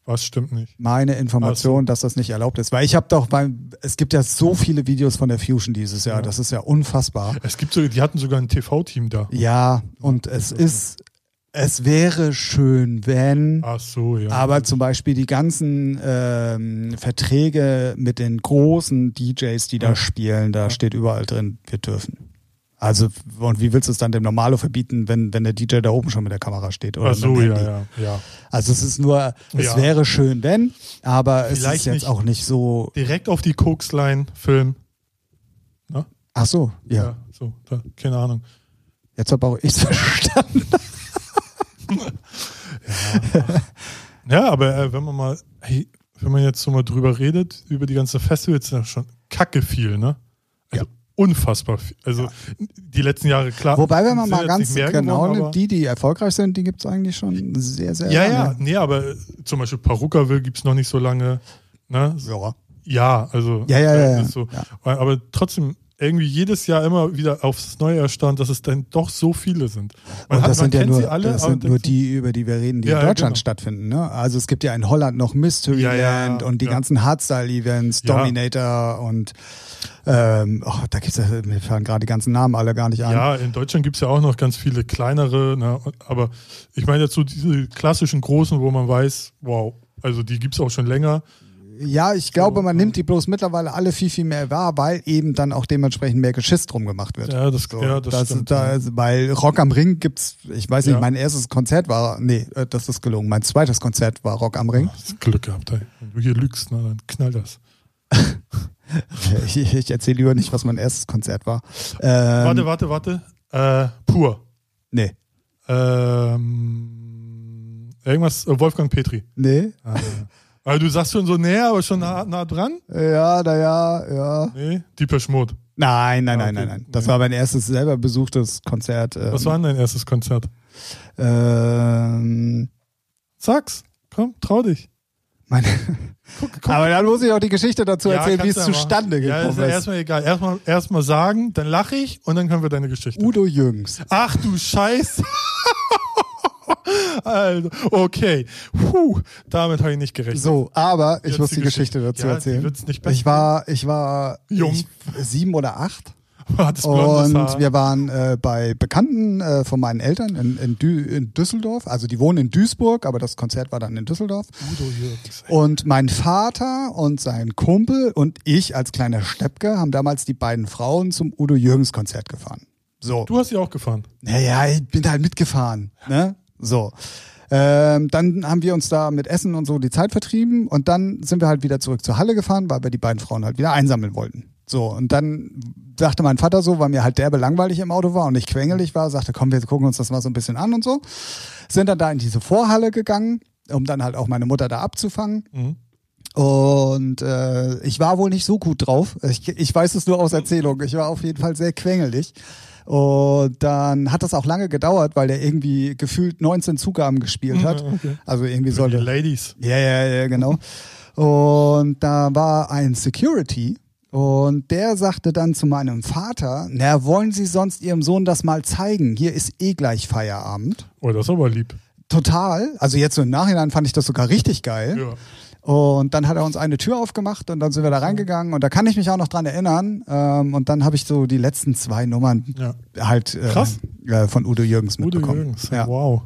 Speaker 1: Was stimmt nicht?
Speaker 2: Meine Information, dass das nicht erlaubt ist. Weil ich habe doch beim, es gibt ja so viele Videos von der Fusion dieses Jahr, das ist ja unfassbar.
Speaker 1: Es gibt so, die hatten sogar ein TV-Team da.
Speaker 2: Ja, und es ist, es wäre schön, wenn.
Speaker 1: Ach so, ja.
Speaker 2: Aber zum Beispiel die ganzen ähm, Verträge mit den großen DJs, die da spielen, da steht überall drin, wir dürfen. Also, und wie willst du es dann dem Normalo verbieten, wenn, wenn der DJ da oben schon mit der Kamera steht? Oder
Speaker 1: Ach
Speaker 2: mit
Speaker 1: so,
Speaker 2: dem
Speaker 1: ja,
Speaker 2: Handy?
Speaker 1: ja, ja.
Speaker 2: Also es ist nur, es
Speaker 1: Ja.
Speaker 2: wäre schön, wenn, aber es ist
Speaker 1: Vielleicht
Speaker 2: jetzt
Speaker 1: nicht.
Speaker 2: auch nicht so.
Speaker 1: Direkt auf die Koksline Film.
Speaker 2: Ach so, ja.
Speaker 1: So, da, keine Ahnung.
Speaker 2: Jetzt habe auch ich verstanden.
Speaker 1: Ja, aber äh, wenn man mal, hey, wenn man jetzt so mal drüber redet, über die ganzen Festivals, ist das schon kacke viel, ne? Also unfassbar viel. Also die letzten Jahre, klar.
Speaker 2: Wobei, wenn man
Speaker 1: sind
Speaker 2: mal
Speaker 1: jetzt nicht
Speaker 2: ganz
Speaker 1: mehr
Speaker 2: genau
Speaker 1: geworden, aber-
Speaker 2: nimmt, die, die erfolgreich sind, die gibt es eigentlich schon sehr, sehr
Speaker 1: Ja, ja,
Speaker 2: lange.
Speaker 1: nee, aber äh, zum Beispiel Parukaville gibt es noch nicht so lange. Ne?
Speaker 2: Ja.
Speaker 1: Ja, also.
Speaker 2: Ja, ja, ja,
Speaker 1: äh,
Speaker 2: ja.
Speaker 1: ist So.
Speaker 2: Ja.
Speaker 1: Aber trotzdem, irgendwie jedes Jahr immer wieder aufs Neue erstaunt, dass es dann doch so viele sind.
Speaker 2: und das sind ja
Speaker 1: kennt
Speaker 2: nur,
Speaker 1: sie alle,
Speaker 2: das
Speaker 1: aber
Speaker 2: sind
Speaker 1: dann-
Speaker 2: nur die, über die wir reden, die
Speaker 1: Ja,
Speaker 2: in
Speaker 1: ja,
Speaker 2: Deutschland
Speaker 1: genau.
Speaker 2: stattfinden. Ne? Also es gibt ja in Holland noch Mysteryland
Speaker 1: Ja, ja,
Speaker 2: und die
Speaker 1: ja.
Speaker 2: ganzen Hardstyle-Events,
Speaker 1: Ja.
Speaker 2: Dominator und ähm, oh, da gibt's ja, mir fallen gerade die ganzen Namen alle gar nicht ein.
Speaker 1: Ja, in Deutschland gibt es ja auch noch ganz viele kleinere, ne? aber ich meine dazu diese klassischen großen, wo man weiß, wow, also die gibt es auch schon länger.
Speaker 2: Ja, ich glaube,
Speaker 1: So,
Speaker 2: man
Speaker 1: ja.
Speaker 2: nimmt die bloß mittlerweile alle viel, viel mehr wahr, weil eben dann auch dementsprechend mehr Geschiss drum gemacht wird.
Speaker 1: Ja, das, ja, das, stimmt.
Speaker 2: da, also, weil Rock am Ring gibt's, ich weiß nicht,
Speaker 1: Ja.
Speaker 2: mein erstes Konzert war, nee, äh, das ist gelungen, mein zweites Konzert war Rock am Ring.
Speaker 1: Hast Glück gehabt, ey. wenn du hier lügst, ne, dann knall das.
Speaker 2: Ich, ich erzähle lieber nicht, was mein erstes Konzert war. Ähm,
Speaker 1: Warte, warte, warte. Äh, pur.
Speaker 2: Nee,
Speaker 1: Ähm, irgendwas, äh, Wolfgang Petri.
Speaker 2: nee,
Speaker 1: Äh, also du sagst schon so näher, aber schon nah, nah dran?
Speaker 2: ja, naja, ja.
Speaker 1: Nee, Dieper Schmod.
Speaker 2: Nein, nein, nein,
Speaker 1: Ah, okay.
Speaker 2: nein, nein. Das war mein erstes selber besuchtes Konzert. Ähm,
Speaker 1: Was war denn dein erstes Konzert?
Speaker 2: Ähm,
Speaker 1: Sag's, komm, trau dich.
Speaker 2: mein,
Speaker 1: Guck, guck.
Speaker 2: aber dann muss ich auch die Geschichte dazu
Speaker 1: Ja,
Speaker 2: erzählen, wie
Speaker 1: kannst
Speaker 2: es
Speaker 1: du ja
Speaker 2: zustande
Speaker 1: machen. ja, also ist
Speaker 2: gekommen
Speaker 1: ja
Speaker 2: ist.
Speaker 1: erstmal egal. Erstmal erstmal sagen, dann lache ich und dann können wir deine Geschichte.
Speaker 2: Udo Jüngs.
Speaker 1: Ach du Scheiße. also, okay. Puh, damit habe ich nicht gerechnet.
Speaker 2: So, aber ich
Speaker 1: Jetzt
Speaker 2: muss
Speaker 1: die
Speaker 2: die Geschichte, dazu
Speaker 1: Ja, die
Speaker 2: erzählen.
Speaker 1: wird's nicht besser.
Speaker 2: ich war, ich war
Speaker 1: Jung.
Speaker 2: Ich, sieben oder acht.
Speaker 1: Hattest blondes Haar.
Speaker 2: Und wir waren äh, bei Bekannten äh, von meinen Eltern in, in, Dü in Düsseldorf. Also die wohnen in Duisburg, aber das Konzert war dann in Düsseldorf.
Speaker 1: Udo Jürgens.
Speaker 2: Und mein Vater und sein Kumpel und ich als kleiner Steppke haben damals die beiden Frauen zum Udo Jürgens Konzert gefahren. So.
Speaker 1: Du hast sie auch gefahren.
Speaker 2: Naja, ich bin halt mitgefahren. Ne? So. Ähm, dann haben wir uns da mit Essen und so die Zeit vertrieben und dann sind wir halt wieder zurück zur Halle gefahren, weil wir die beiden Frauen halt wieder einsammeln wollten. So, und dann sagte mein Vater so, weil mir halt derbe langweilig im Auto war und ich quengelig war, sagte, komm, wir gucken uns das mal so ein bisschen an und so. Sind dann da in diese Vorhalle gegangen, um dann halt auch meine Mutter da abzufangen.
Speaker 1: Mhm.
Speaker 2: Und äh, ich war wohl nicht so gut drauf. Ich, ich weiß es nur aus Erzählung. Ich war auf jeden Fall sehr quengelig. Und dann hat das auch lange gedauert, weil der irgendwie gefühlt 19 Zugaben gespielt hat.
Speaker 1: Okay.
Speaker 2: Also irgendwie
Speaker 1: Für die
Speaker 2: sollte.
Speaker 1: Ladies.
Speaker 2: Ja, ja, ja, genau. Und da war ein Security und der sagte dann zu meinem Vater, na, wollen Sie sonst Ihrem Sohn das mal zeigen? Hier ist eh gleich Feierabend.
Speaker 1: Oh, das ist aber lieb.
Speaker 2: Total. Also jetzt so im Nachhinein fand ich das sogar richtig geil.
Speaker 1: Ja.
Speaker 2: Und dann hat er uns eine Tür aufgemacht und dann sind wir da reingegangen und da kann ich mich auch noch dran erinnern. Ähm, und dann habe ich so die letzten zwei Nummern
Speaker 1: ja.
Speaker 2: halt äh,
Speaker 1: Krass.
Speaker 2: äh, von Udo Jürgens
Speaker 1: Udo
Speaker 2: mitbekommen.
Speaker 1: Jürgens.
Speaker 2: Ja.
Speaker 1: Wow.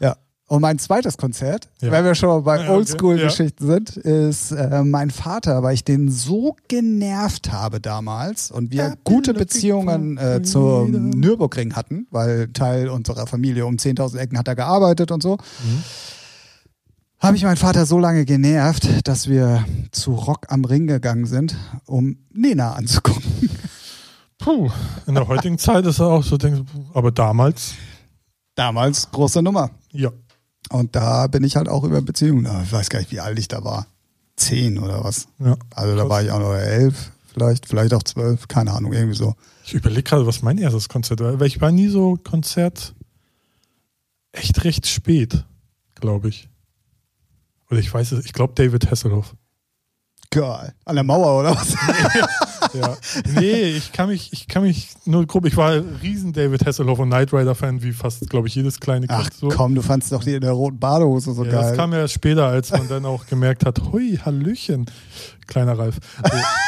Speaker 2: Ja. Und mein zweites Konzert,
Speaker 1: Ja. Ah,
Speaker 2: weil wir schon mal bei
Speaker 1: Ja, okay.
Speaker 2: Oldschool-Geschichten sind, ist äh, mein Vater, weil ich den so genervt habe damals und wir
Speaker 1: Happy
Speaker 2: gute
Speaker 1: looking
Speaker 2: Beziehungen
Speaker 1: for
Speaker 2: äh, zum
Speaker 1: freedom.
Speaker 2: Nürburgring hatten, weil Teil unserer Familie um 10.000 Ecken hat er gearbeitet und so.
Speaker 1: Mhm.
Speaker 2: Habe ich meinen Vater so lange genervt, dass wir zu Rock am Ring gegangen sind, um Nena anzugucken.
Speaker 1: Puh. In der heutigen Zeit ist er auch so, denkst du, puh, aber damals,
Speaker 2: Damals große Nummer.
Speaker 1: ja.
Speaker 2: Und da bin ich halt auch über Beziehungen. Ah, Ich weiß gar nicht, wie alt ich da war. Zehn oder was.
Speaker 1: ja.
Speaker 2: Also da war ich auch noch elf, vielleicht, vielleicht auch zwölf, keine Ahnung, irgendwie so.
Speaker 1: Ich überlege gerade, was mein erstes Konzert war, weil ich war nie so Konzert echt recht spät, glaube ich. Oder ich weiß es, ich glaube David Hasselhoff.
Speaker 2: Geil. An der Mauer oder was?
Speaker 1: Ja. nee, ich kann mich, ich kann mich nur grob, ich war riesen David Hasselhoff und Knight Rider Fan, wie fast, glaube ich, jedes kleine Kind
Speaker 2: Ach
Speaker 1: so.
Speaker 2: komm, du fandst doch die in der roten Badehose so
Speaker 1: Ja,
Speaker 2: geil.
Speaker 1: das kam ja erst später, als man dann auch gemerkt hat, hui, Hallöchen, kleiner Ralf.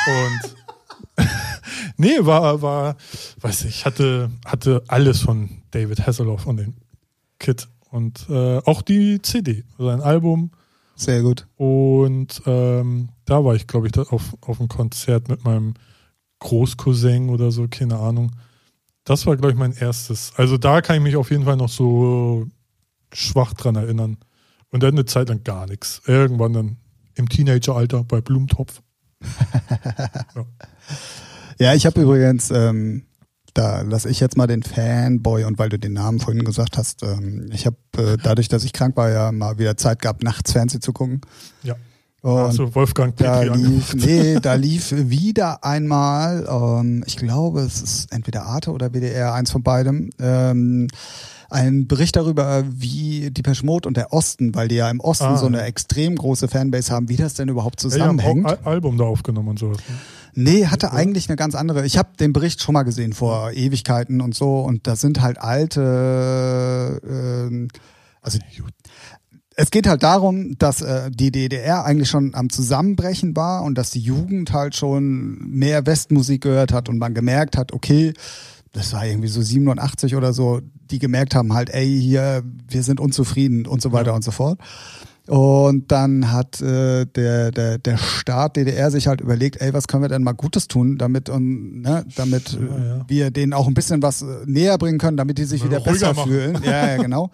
Speaker 1: So, und nee, war, war, weiß ich, hatte, hatte alles von David Hasselhoff und dem Kid. Und äh, auch die CD, sein Album.
Speaker 2: Sehr gut.
Speaker 1: Und ähm, da war ich, glaube ich, da auf, auf einem Konzert mit meinem Großcousin oder so, keine Ahnung. Das war, glaube ich, mein erstes. Also da kann ich mich auf jeden Fall noch so schwach dran erinnern. Und dann eine Zeit lang gar nichts. Irgendwann dann im Teenageralter bei Blumentopf.
Speaker 2: Ja, ich habe übrigens, ähm, da lass ich jetzt mal den Fanboy und weil du den Namen vorhin gesagt hast, ähm, ich habe äh, dadurch, dass ich krank war, ja mal wieder Zeit gehabt, nachts Fernsehen zu gucken.
Speaker 1: Ja.
Speaker 2: Und
Speaker 1: also Wolfgang
Speaker 2: Da
Speaker 1: Petri
Speaker 2: lief,
Speaker 1: angemacht.
Speaker 2: nee, da lief wieder einmal, ähm, ich glaube, es ist entweder Arte oder WDR, eins von beidem, ähm, ein Bericht darüber, wie die Mode und der Osten, weil die ja im Osten
Speaker 1: Ah,
Speaker 2: so eine
Speaker 1: ja.
Speaker 2: extrem große Fanbase haben, wie das denn überhaupt
Speaker 1: Ja, oh, ah. die haben auch
Speaker 2: zusammenhängt.
Speaker 1: Al Album da aufgenommen und sowas. ne?
Speaker 2: Nee, hatte eigentlich eine ganz andere. Ich habe den Bericht schon mal gesehen vor Ewigkeiten und so. Und das sind halt alte. ähm, also es geht halt darum, dass äh, die DDR eigentlich schon am Zusammenbrechen war und dass die Jugend halt schon mehr Westmusik gehört hat und man gemerkt hat, okay, das war irgendwie so 87 oder so, die gemerkt haben halt, ey, hier, wir sind unzufrieden und so weiter und so fort. Und dann hat äh, der, der, der Staat DDR sich halt überlegt, ey, was können wir denn mal Gutes tun, damit, und, ne, damit äh,
Speaker 1: Ja, ja.
Speaker 2: wir denen auch ein bisschen was äh, näher bringen können, damit die sich
Speaker 1: Mal
Speaker 2: wieder
Speaker 1: ruhiger
Speaker 2: besser
Speaker 1: machen.
Speaker 2: fühlen. Ja, ja, genau.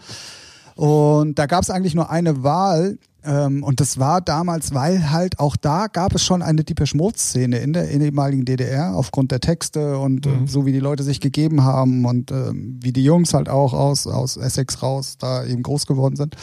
Speaker 2: Und da gab es eigentlich nur eine Wahl. Ähm, und das war damals, weil halt auch da gab es schon eine Depeche Mode-Szene in der ehemaligen DDR aufgrund der Texte und äh,
Speaker 1: Mhm.
Speaker 2: so wie die Leute sich gegeben haben und ähm, wie die Jungs halt auch aus, aus Essex raus da eben groß geworden sind.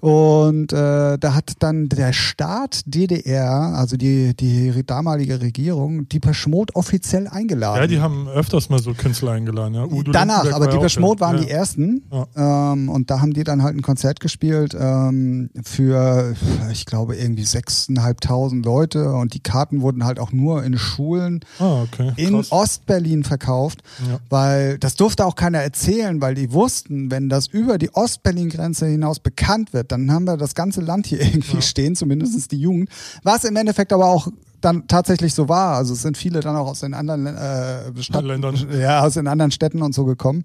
Speaker 2: Und äh, da hat dann der Staat DDR, also die, die damalige Regierung, die Mode offiziell eingeladen.
Speaker 1: Ja, die haben öfters mal so Künstler eingeladen. Ja. Udo
Speaker 2: Ah, Danach,
Speaker 1: Lindenberg
Speaker 2: aber
Speaker 1: war
Speaker 2: die
Speaker 1: ja auch
Speaker 2: Mode
Speaker 1: da.
Speaker 2: waren
Speaker 1: ja.
Speaker 2: die ersten. Ähm, und da haben die dann halt ein Konzert gespielt ähm, für, ich glaube, irgendwie 6.500 Leute. Und die Karten wurden halt auch nur in Schulen
Speaker 1: Ah, okay.
Speaker 2: in
Speaker 1: krass.
Speaker 2: Ostberlin verkauft,
Speaker 1: Ja.
Speaker 2: weil das durfte auch keiner erzählen, weil die wussten, wenn das über die Ostberlin-Grenze hinaus bekannt wird, dann haben wir das ganze Land hier irgendwie stehen, zumindest die Jugend. Was im Endeffekt aber auch dann tatsächlich so war. Also es sind viele dann auch aus den anderen äh, Stadt,
Speaker 1: Ländern.
Speaker 2: ja, aus den anderen Städten und so gekommen.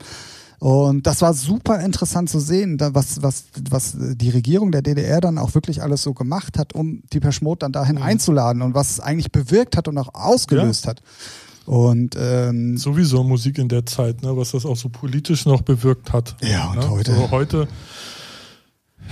Speaker 2: Und das war super interessant zu sehen, da was, was, was die Regierung der DDR dann auch wirklich alles so gemacht hat, um die Peschmod dann
Speaker 1: Mhm.
Speaker 2: dahin einzuladen und was es eigentlich bewirkt hat und auch ausgelöst hat. Und ähm,
Speaker 1: Sowieso Musik in der Zeit, ne, was das auch so politisch noch bewirkt hat.
Speaker 2: Ja, und
Speaker 1: ne?
Speaker 2: heute?
Speaker 1: So heute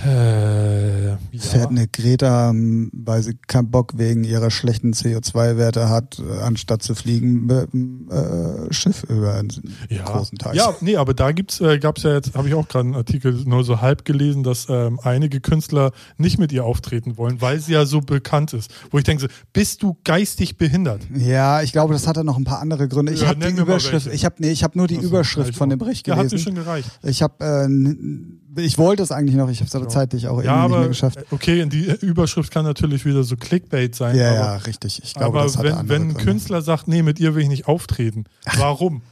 Speaker 1: äh, ja.
Speaker 2: fährt eine Greta, ähm, weil sie keinen Bock wegen ihrer schlechten CO2-Werte hat, äh, anstatt zu fliegen, mit dem äh, Schiff über einen
Speaker 1: ja.
Speaker 2: großen Teich.
Speaker 1: Ja, nee, aber da gibt's, äh, gab's ja jetzt, habe ich auch gerade einen Artikel nur so halb gelesen, dass ähm, einige Künstler nicht mit ihr auftreten wollen, weil sie ja so bekannt ist. Wo ich denke, so, bist du geistig behindert?
Speaker 2: Ja, ich glaube, das hatte noch ein paar andere Gründe. Ich
Speaker 1: Ja,
Speaker 2: habe die
Speaker 1: nenn mir mal
Speaker 2: Überschrift,
Speaker 1: welche.
Speaker 2: ich habe nee, ich habe nur die
Speaker 1: Also,
Speaker 2: Überschrift
Speaker 1: reicht
Speaker 2: von
Speaker 1: auch.
Speaker 2: dem Bericht
Speaker 1: Ja, hat mir
Speaker 2: gelesen.
Speaker 1: schon gereicht.
Speaker 2: Ich habe, äh, n- ich wollte es eigentlich noch, ich habe es aber zeitlich auch
Speaker 1: Ja,
Speaker 2: irgendwie nicht mehr
Speaker 1: aber äh,
Speaker 2: geschafft.
Speaker 1: okay, und die Überschrift kann natürlich wieder so Clickbait sein.
Speaker 2: Ja,
Speaker 1: aber,
Speaker 2: ja, richtig. Ich glaube, das
Speaker 1: aber
Speaker 2: hatte
Speaker 1: wenn,
Speaker 2: andere
Speaker 1: wenn ein
Speaker 2: Gründe.
Speaker 1: Künstler sagt, nee, mit ihr will ich nicht auftreten, warum?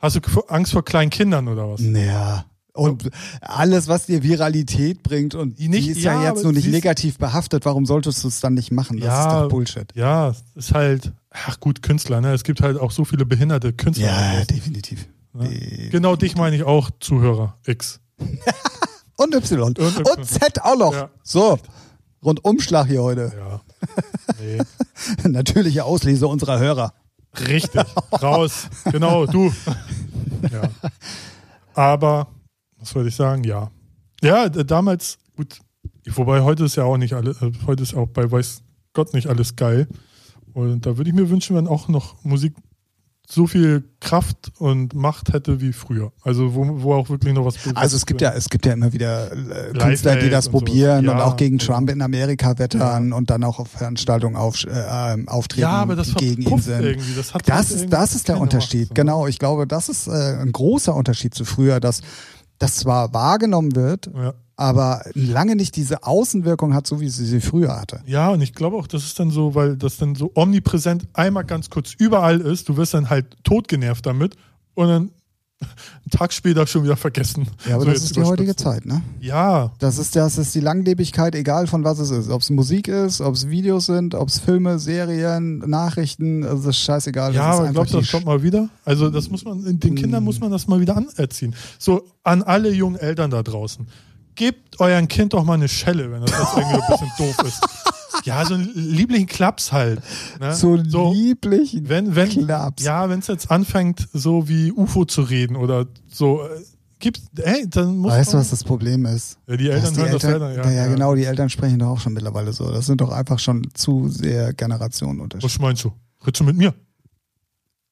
Speaker 1: Hast du k- Angst vor kleinen Kindern oder was?
Speaker 2: Ja. Und alles, was dir Viralität bringt und die
Speaker 1: Nicht-
Speaker 2: ist ja,
Speaker 1: ja,
Speaker 2: jetzt
Speaker 1: aber
Speaker 2: nur nicht
Speaker 1: sie ist-
Speaker 2: negativ behaftet, warum solltest du es dann nicht machen? Das
Speaker 1: Ja.
Speaker 2: ist doch Bullshit.
Speaker 1: Ja, es ist halt, ach gut, Künstler, ne? Es gibt halt auch so viele behinderte Künstler. da
Speaker 2: Ja,
Speaker 1: draußen,
Speaker 2: definitiv. Äh,
Speaker 1: ne? Genau dich meine ich auch, Zuhörer X.
Speaker 2: Und Y. Und,
Speaker 1: Y.
Speaker 2: Z auch noch.
Speaker 1: Ja.
Speaker 2: So, Rundumschlag hier heute.
Speaker 1: Ja. Nee.
Speaker 2: Natürliche Auslese unserer Hörer.
Speaker 1: Richtig. Raus. Genau, du. Ja. Aber, was wollte ich sagen? Ja. Ja, d- damals, gut. Wobei heute ist ja auch nicht alles, heute ist auch bei weiß Gott nicht alles geil. Und da würde ich mir wünschen, wenn auch noch Musik so viel Kraft und Macht hätte wie früher. Also wo, wo auch wirklich noch was bewegt
Speaker 2: Also es gibt ja, es gibt ja immer wieder äh, Künstler, die
Speaker 1: Aid
Speaker 2: das
Speaker 1: und so.
Speaker 2: probieren und
Speaker 1: Ja.
Speaker 2: auch gegen Trump in Amerika wettern und dann auch auf Veranstaltungen auf, äh, ähm, auftreten,
Speaker 1: Ja, aber das
Speaker 2: die gegen ihn
Speaker 1: verpufft
Speaker 2: sind.
Speaker 1: irgendwie. Das, hat
Speaker 2: Das
Speaker 1: heute
Speaker 2: ist,
Speaker 1: irgendwie
Speaker 2: das ist der
Speaker 1: keine
Speaker 2: Unterschied.
Speaker 1: Macht, so.
Speaker 2: Genau, ich glaube, das ist äh, ein großer Unterschied zu früher, dass das zwar wahrgenommen wird,
Speaker 1: Ja.
Speaker 2: aber lange nicht diese Außenwirkung hat, so wie sie sie früher hatte.
Speaker 1: Ja, und ich glaube auch, das ist dann so, weil das dann so omnipräsent einmal ganz kurz überall ist. Du wirst dann halt totgenervt damit und dann einen Tag später schon wieder vergessen.
Speaker 2: Ja, aber
Speaker 1: So
Speaker 2: das
Speaker 1: jetzt
Speaker 2: ist die heutige
Speaker 1: überspitzt.
Speaker 2: Zeit, ne?
Speaker 1: Ja,
Speaker 2: Das ist, das ist die Langlebigkeit, egal von was es ist. Ob es Musik ist, ob es Videos sind, ob es Filme, Serien, Nachrichten, also das ist scheißegal.
Speaker 1: ja,
Speaker 2: das ist
Speaker 1: aber glaubst du, das
Speaker 2: die
Speaker 1: kommt mal wieder? Also das muss man, den Kindern muss man das mal wieder anerziehen. So an alle jungen Eltern da draußen. Gebt euren Kind doch mal eine Schelle, wenn das jetzt irgendwie ein bisschen doof ist. Ja, so einen lieblichen Klaps halt. Ne?
Speaker 2: so lieblich.
Speaker 1: wenn, wenn,
Speaker 2: Klaps.
Speaker 1: ja, wenn es jetzt anfängt, so wie UFO zu reden oder so, äh, gibt's, ey, dann muss
Speaker 2: Weißt du,
Speaker 1: man-
Speaker 2: was das Problem ist?
Speaker 1: ja, die
Speaker 2: Dass
Speaker 1: Eltern
Speaker 2: die
Speaker 1: hören das
Speaker 2: Eltern,
Speaker 1: selber,
Speaker 2: ja, ja, genau, die Eltern sprechen doch auch schon mittlerweile so. Das sind doch einfach schon zu sehr Generationenunterschiede.
Speaker 1: Was meinst du? Redst du mit mir?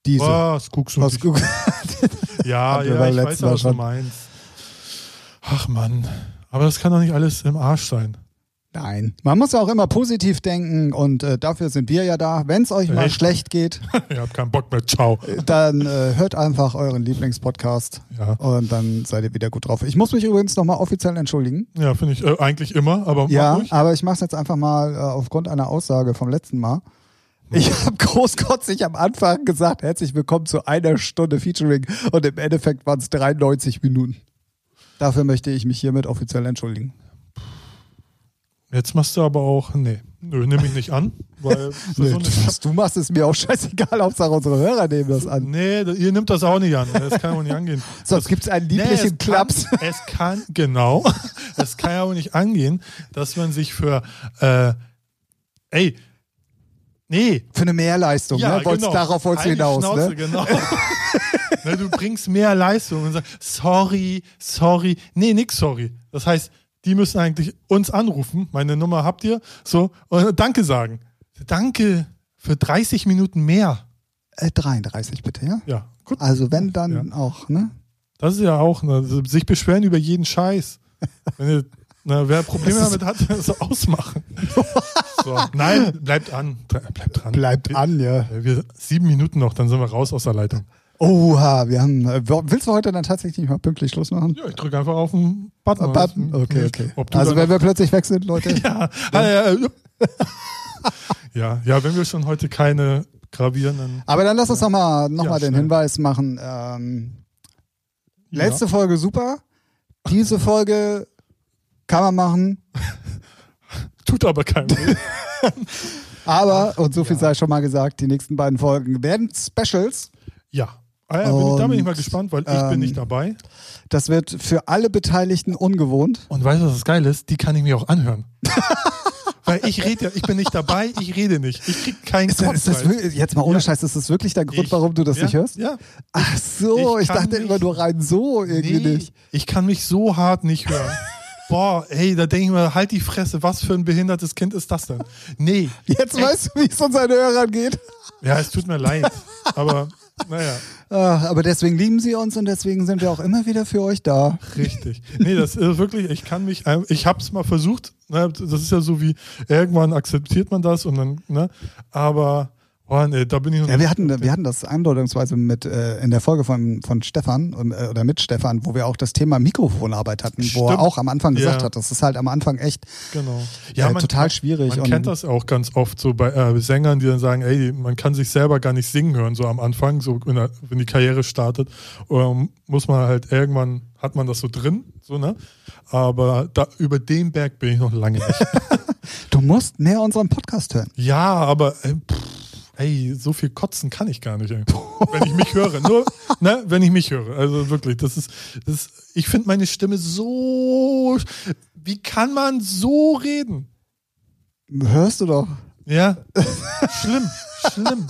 Speaker 2: Diese.
Speaker 1: Was guckst du?
Speaker 2: Was
Speaker 1: dich?
Speaker 2: guck-
Speaker 1: ja,
Speaker 2: Hatten wir
Speaker 1: ja,
Speaker 2: beim
Speaker 1: ich
Speaker 2: letzten
Speaker 1: weiß
Speaker 2: Mal
Speaker 1: ja, was du
Speaker 2: schon.
Speaker 1: meinst. Ach Mann, aber das kann doch nicht alles im Arsch sein.
Speaker 2: Nein. Man muss ja auch immer positiv denken und äh, dafür sind wir ja da. Wenn es euch mal
Speaker 1: Echt?
Speaker 2: schlecht geht,
Speaker 1: Ihr habt keinen Bock mehr, ciao.
Speaker 2: dann äh, hört einfach euren Lieblingspodcast
Speaker 1: Ja,
Speaker 2: und dann seid ihr wieder gut drauf. Ich muss mich übrigens nochmal offiziell entschuldigen.
Speaker 1: ja finde ich äh, eigentlich immer, aber mach
Speaker 2: Ja,
Speaker 1: ruhig.
Speaker 2: aber ich mache es jetzt einfach mal äh, aufgrund einer Aussage vom letzten Mal.
Speaker 1: machen.
Speaker 2: Ich habe großkotzig am Anfang gesagt, herzlich willkommen zu einer Stunde Featuring und im Endeffekt waren es 93 Minuten. Dafür möchte ich mich hiermit offiziell entschuldigen.
Speaker 1: Jetzt machst du aber auch, nee, nö, nehme ich nicht an, weil für
Speaker 2: Nö,
Speaker 1: so eine
Speaker 2: was du machst, ist mir auch scheißegal, Hauptsache unsere Hörer nehmen das an.
Speaker 1: Nee, da- ihr nimmt das auch nicht an. Das kann auch nicht angehen.
Speaker 2: Sonst gibt es einen lieblichen
Speaker 1: es
Speaker 2: Klaps.
Speaker 1: Kann, es kann, genau. Es kann ja auch nicht angehen, dass man sich für, äh, ey, nee.
Speaker 2: Für eine Mehrleistung, ne? Wollt's, Darauf wolltest du
Speaker 1: genau. Eine
Speaker 2: hinaus,
Speaker 1: Schnauze,
Speaker 2: ne?
Speaker 1: genau. ne, du bringst mehr Leistung und sagst, sorry, sorry. Nee, nix sorry. Das heißt, die müssen eigentlich uns anrufen, meine Nummer habt ihr, so, und Danke sagen. Danke für 30 Minuten mehr.
Speaker 2: Äh, 33 bitte, ja?
Speaker 1: Ja, gut.
Speaker 2: Also wenn, dann auch, ne?
Speaker 1: Das ist ja auch, ne, sich beschweren über jeden Scheiß. Wenn ihr, na, wer Probleme
Speaker 2: Das
Speaker 1: damit hat, so ausmachen. So. Nein, bleibt an. Dre- Bleibt dran.
Speaker 2: Bleibt
Speaker 1: wir,
Speaker 2: an, ja.
Speaker 1: Wir, sieben Minuten noch, dann sind wir raus aus der Leitung.
Speaker 2: Oha, wir haben. äh, Willst du heute dann tatsächlich mal pünktlich Schluss machen?
Speaker 1: Ja, ich drücke einfach auf den Button.
Speaker 2: Äh, Button? Okay, okay.
Speaker 1: Ob du
Speaker 2: Also
Speaker 1: also
Speaker 2: wenn wir plötzlich weg sind, Leute.
Speaker 1: ja, Ah, ja, ja, ja. ja, ja, wenn wir schon heute keine gravierenden.
Speaker 2: Aber dann lass uns nochmal noch
Speaker 1: Ja,
Speaker 2: mal den
Speaker 1: schnell.
Speaker 2: Hinweis machen. Ähm, letzte Folge super. Diese Folge kann man machen.
Speaker 1: Tut aber keinem weh.
Speaker 2: Aber, und so viel sei schon mal gesagt, die nächsten beiden Folgen werden Specials.
Speaker 1: Ja. Ah, ja bin ich, da bin ich mal
Speaker 2: Und,
Speaker 1: gespannt, weil ich
Speaker 2: ähm,
Speaker 1: bin nicht dabei.
Speaker 2: Das wird für alle Beteiligten ungewohnt.
Speaker 1: Und weißt du, was das geil ist? Die kann ich mir auch anhören. Weil ich rede ja, ich bin nicht dabei, ich rede nicht. Ich krieg keinen
Speaker 2: Ist das, ist das
Speaker 1: Kopfschmerz.
Speaker 2: wirklich, jetzt mal ohne
Speaker 1: halt- Ja.
Speaker 2: Scheiß, ist das wirklich der Grund,
Speaker 1: Ich-
Speaker 2: warum du das
Speaker 1: ja,
Speaker 2: nicht hörst?
Speaker 1: Ja.
Speaker 2: Ach so, ich,
Speaker 1: Ich kann
Speaker 2: dachte
Speaker 1: nicht-
Speaker 2: immer nur rein so irgendwie
Speaker 1: Nee,
Speaker 2: nicht.
Speaker 1: ich kann mich so hart nicht hören. Boah, ey, da denke ich mir, halt die Fresse, was für ein behindertes Kind ist das denn? Nee.
Speaker 2: Jetzt weißt du, wie es unseren Hörern geht.
Speaker 1: Ja, es tut mir leid. Aber naja,
Speaker 2: Ach, Ah, aber deswegen lieben sie uns und deswegen sind wir auch immer wieder für euch da.
Speaker 1: richtig. Nee, das ist wirklich, ich kann mich, ein- ich hab's mal versucht. ne, Das ist ja so wie, irgendwann akzeptiert man das und dann, ne? Aber, boah, nee, da bin ich noch
Speaker 2: Ja, wir hatten, wir hatten das eindeutungsweise mit äh, in der Folge von, von Stefan und, äh, oder mit Stefan, wo wir auch das Thema Mikrofonarbeit hatten, wo er
Speaker 1: Stimmt.
Speaker 2: auch am Anfang gesagt
Speaker 1: Ja.
Speaker 2: hat, das ist halt am Anfang echt
Speaker 1: Genau.
Speaker 2: äh, total schwierig.
Speaker 1: Man
Speaker 2: und
Speaker 1: kennt das auch ganz oft so bei äh, Sängern, die dann sagen, ey, man kann sich selber gar nicht singen hören, so am Anfang, so wenn, er, wenn die Karriere startet, ähm, muss man halt irgendwann, hat man das so drin, so, ne? Aber da, über den Berg bin ich noch lange nicht.
Speaker 2: Du musst mehr unseren Podcast hören.
Speaker 1: ja, aber äh, pff, ey, so viel kotzen kann ich gar nicht, ey. wenn ich mich höre. Nur, ne, wenn ich mich höre. Also wirklich, das ist, das ist ich finde meine Stimme so, wie kann man so reden?
Speaker 2: Hörst du doch.
Speaker 1: Ja, schlimm, schlimm.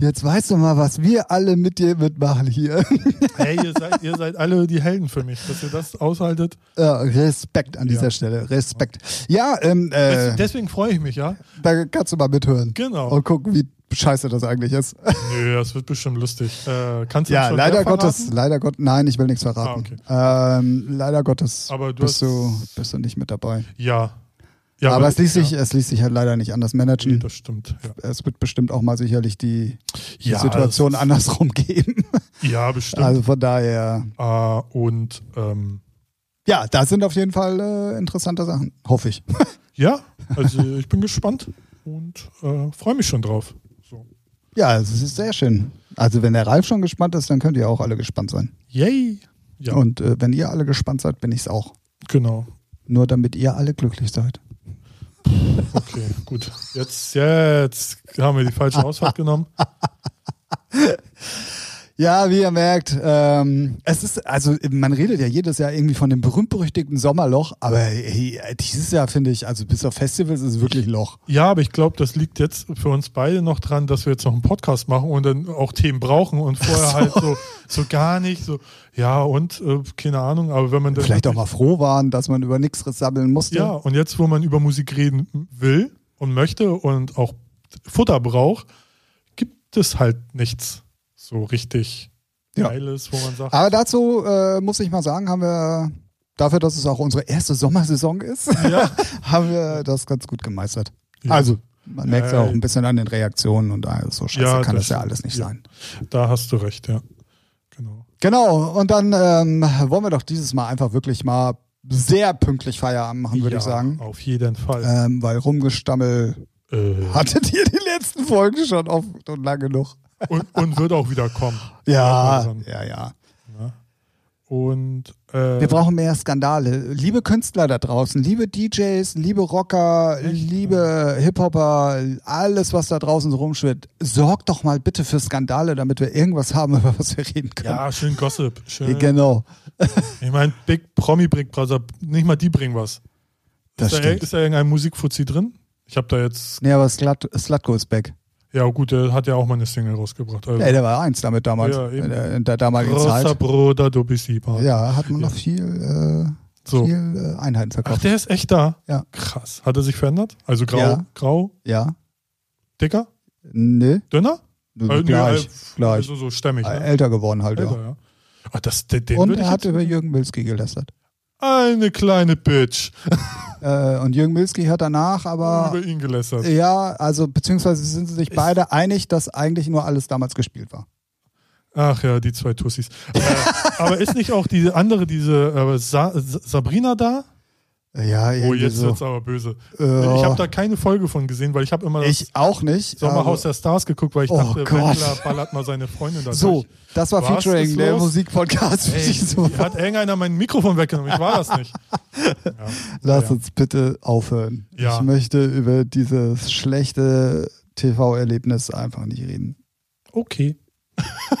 Speaker 2: Jetzt weißt du mal, was wir alle mit dir mitmachen hier.
Speaker 1: Hey, ihr seid, ihr seid alle die Helden für mich, dass ihr das aushaltet.
Speaker 2: ja, Respekt an
Speaker 1: Ja.
Speaker 2: dieser Stelle. Respekt. Ja, ähm,
Speaker 1: Des,
Speaker 2: äh,
Speaker 1: deswegen freue ich mich, ja?
Speaker 2: da kannst du mal mithören.
Speaker 1: Genau.
Speaker 2: Und gucken, wie scheiße das eigentlich ist.
Speaker 1: Nö, das wird bestimmt lustig. Äh, kannst du
Speaker 2: Ja,
Speaker 1: uns schon
Speaker 2: leider
Speaker 1: mehr verraten? Ah,
Speaker 2: Gottes, leider Gott, nein, ich will nichts verraten. ähm, leider Gottes
Speaker 1: Aber du hast-
Speaker 2: bist, du, bist du nicht mit dabei.
Speaker 1: Ja. ja
Speaker 2: aber es ließ,
Speaker 1: ja.
Speaker 2: sich, es ließ sich halt leider nicht anders
Speaker 1: Nee,
Speaker 2: managen.
Speaker 1: das stimmt. Ja,
Speaker 2: es wird bestimmt auch mal sicherlich die, die
Speaker 1: Ja,
Speaker 2: Situation
Speaker 1: das-
Speaker 2: andersrum geben.
Speaker 1: ja bestimmt.
Speaker 2: Also von daher,
Speaker 1: Ah, und ähm,
Speaker 2: ja, da sind auf jeden Fall äh, interessante Sachen, hoffe ich.
Speaker 1: ja, also ich bin gespannt und äh, freue mich schon drauf. So.
Speaker 2: Ja, es ist sehr schön. Also wenn der Ralf schon gespannt ist, dann könnt ihr auch alle gespannt sein.
Speaker 1: Yay! Ja,
Speaker 2: Und äh, wenn ihr alle gespannt seid, bin ich es auch.
Speaker 1: genau.
Speaker 2: Nur damit ihr alle glücklich seid.
Speaker 1: Okay, gut. Jetzt, jetzt haben wir die falsche Ausfahrt genommen.
Speaker 2: Ja, wie ihr merkt, ähm, es ist, also man redet ja jedes Jahr irgendwie von dem berühmt-berüchtigten Sommerloch, aber hey, dieses Jahr finde ich, also bis auf Festivals ist es wirklich Loch.
Speaker 1: Ja, aber ich glaube, das liegt jetzt für uns beide noch dran, dass wir jetzt noch einen Podcast machen und dann auch Themen brauchen und vorher halt so, so gar nicht, so, ja und, äh, keine Ahnung, aber wenn man dann.
Speaker 2: Vielleicht auch mal froh waren, dass man über nichts sammeln musste.
Speaker 1: Ja, und jetzt, wo man über Musik reden will und möchte und auch Futter braucht, gibt es halt nichts so richtig
Speaker 2: Ja. Ah,
Speaker 1: Geiles, wo man sagt,
Speaker 2: Aber dazu äh, muss ich mal sagen, haben wir dafür, dass es auch unsere erste Sommersaison ist,
Speaker 1: ja,
Speaker 2: haben wir das ganz gut gemeistert.
Speaker 1: Ja.
Speaker 2: Also man merkt es ja
Speaker 1: Äh,
Speaker 2: auch ein bisschen an den Reaktionen und ah, so scheiße
Speaker 1: Ja,
Speaker 2: kann das
Speaker 1: das
Speaker 2: ja
Speaker 1: stimmt.
Speaker 2: alles nicht
Speaker 1: Ja.
Speaker 2: sein.
Speaker 1: da hast du recht, ja. Genau.
Speaker 2: Genau, und dann ähm, wollen wir doch dieses Mal einfach wirklich mal sehr pünktlich Feierabend machen, würde
Speaker 1: ja,
Speaker 2: ich sagen.
Speaker 1: Auf jeden Fall.
Speaker 2: ähm, weil Rumgestammel
Speaker 1: Äh,
Speaker 2: Hattet ihr die letzten Folgen schon offen und lange genug?
Speaker 1: und, und wird auch wieder kommen.
Speaker 2: Ja, ja, ja.
Speaker 1: Und äh,
Speaker 2: Wir brauchen mehr Skandale. Liebe Künstler da draußen, liebe DJs, liebe Rocker, liebe Hip-Hopper, alles, was da draußen so rumschwirrt, sorgt doch mal bitte für Skandale, damit wir irgendwas haben, über was wir reden können.
Speaker 1: ja, schön Gossip. Schön.
Speaker 2: Genau,
Speaker 1: Ich meine, Big Promi Big Brother, nicht mal die bringen was.
Speaker 2: das
Speaker 1: ist, da,
Speaker 2: stimmt.
Speaker 1: ist da irgendein Musikfuzzi drin? Ich habe da jetzt,
Speaker 2: Nee, aber Slut, Slut Goes Back.
Speaker 1: ja gut, der hat ja auch mal eine Single rausgebracht. Also,
Speaker 2: Ey, der war eins damit damals,
Speaker 1: Ja, eben.
Speaker 2: in der- in der damaligen
Speaker 1: großer
Speaker 2: Zeit.
Speaker 1: Bruder, du bist lieber.
Speaker 2: halt- Ja, hat man noch viel, äh,
Speaker 1: So.
Speaker 2: viel äh, Einheiten
Speaker 1: Ach,
Speaker 2: verkauft.
Speaker 1: der ist echt da.
Speaker 2: Ja.
Speaker 1: Krass. Hat er sich verändert? Also grau,
Speaker 2: Ja.
Speaker 1: grau,
Speaker 2: Ja,
Speaker 1: dicker,
Speaker 2: nö,
Speaker 1: dünner? Äh, nö,
Speaker 2: gleich,
Speaker 1: äh,
Speaker 2: gleich.
Speaker 1: Also so stämmig. Ne?
Speaker 2: Älter geworden halt, ja.
Speaker 1: Älter, ja. Ah, das, den, den
Speaker 2: Und
Speaker 1: würde ich
Speaker 2: er hat
Speaker 1: jetzt,
Speaker 2: über Jürgen Milski gelästert.
Speaker 1: eine kleine Bitch
Speaker 2: Äh, und Jürgen Milski hat danach aber,
Speaker 1: über ihn gelästert.
Speaker 2: ja, also beziehungsweise sind sie sich
Speaker 1: Ich-
Speaker 2: beide einig, dass eigentlich nur alles damals gespielt war.
Speaker 1: Ach ja, die zwei Tussis. äh, aber ist nicht auch diese andere, diese äh, Sa Sa- Sabrina da?
Speaker 2: Ja, irgendwie
Speaker 1: Oh, jetzt
Speaker 2: so.
Speaker 1: wird's aber böse.
Speaker 2: Äh,
Speaker 1: Ich habe da keine Folge von gesehen, weil ich habe immer das
Speaker 2: ich auch nicht.
Speaker 1: Sommerhaus
Speaker 2: aber-
Speaker 1: der Stars geguckt, weil ich
Speaker 2: Oh
Speaker 1: dachte,
Speaker 2: Gott.
Speaker 1: Wendler ballert mal seine Freundin da
Speaker 2: so,
Speaker 1: durch.
Speaker 2: das war
Speaker 1: Was
Speaker 2: Featuring,
Speaker 1: ist
Speaker 2: der
Speaker 1: los?
Speaker 2: Musikpodcast. für
Speaker 1: Ey,
Speaker 2: diese Woche.
Speaker 1: hat irgendeiner mein Mikrofon weggenommen? Ich war das nicht. Ja.
Speaker 2: Lass
Speaker 1: Ja.
Speaker 2: uns bitte aufhören.
Speaker 1: Ja.
Speaker 2: Ich möchte über dieses schlechte TV-Erlebnis einfach nicht reden.
Speaker 1: Okay.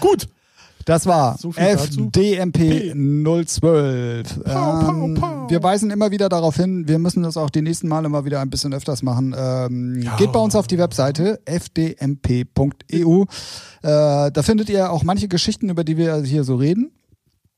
Speaker 1: Gut.
Speaker 2: Das war
Speaker 1: So viel dazu.
Speaker 2: FDMP 012.
Speaker 1: Pow, pow,
Speaker 2: Ähm,
Speaker 1: pow.
Speaker 2: Wir weisen immer wieder darauf hin, wir müssen das auch die nächsten Male mal wieder ein bisschen öfters machen. Ähm,
Speaker 1: Ja.
Speaker 2: Geht bei uns auf die Webseite fdmp.eu. Äh, da findet ihr auch manche Geschichten, über die wir hier so reden.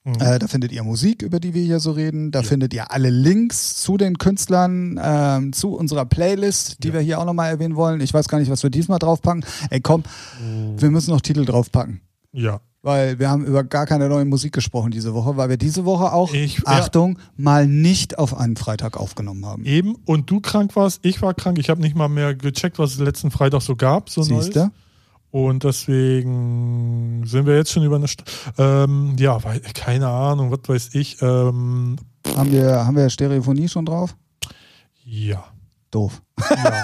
Speaker 1: Mhm.
Speaker 2: Äh, da findet ihr Musik, über die wir hier so reden. Da findet ihr alle Links zu den Künstlern, ähm, zu unserer Playlist, die
Speaker 1: Ja.
Speaker 2: wir hier auch nochmal erwähnen wollen. Ich weiß gar nicht, was wir diesmal draufpacken. Ey, komm,
Speaker 1: Mhm.
Speaker 2: wir müssen noch Titel draufpacken.
Speaker 1: Ja.
Speaker 2: Weil wir haben über gar keine neue Musik gesprochen diese Woche, weil wir diese Woche auch,
Speaker 1: Ich- ja.
Speaker 2: Achtung, mal nicht auf einen Freitag aufgenommen haben.
Speaker 1: Eben. Und du krank warst, ich war krank. Ich habe nicht mal mehr gecheckt, was es letzten Freitag so gab. So
Speaker 2: Siehst
Speaker 1: Neues.
Speaker 2: du?
Speaker 1: Und deswegen sind wir jetzt schon über eine St ähm, Ja, weil, keine Ahnung, was weiß ich. Ähm,
Speaker 2: Haben wir, haben wir Stereophonie schon drauf?
Speaker 1: ja.
Speaker 2: Doof.
Speaker 1: ja.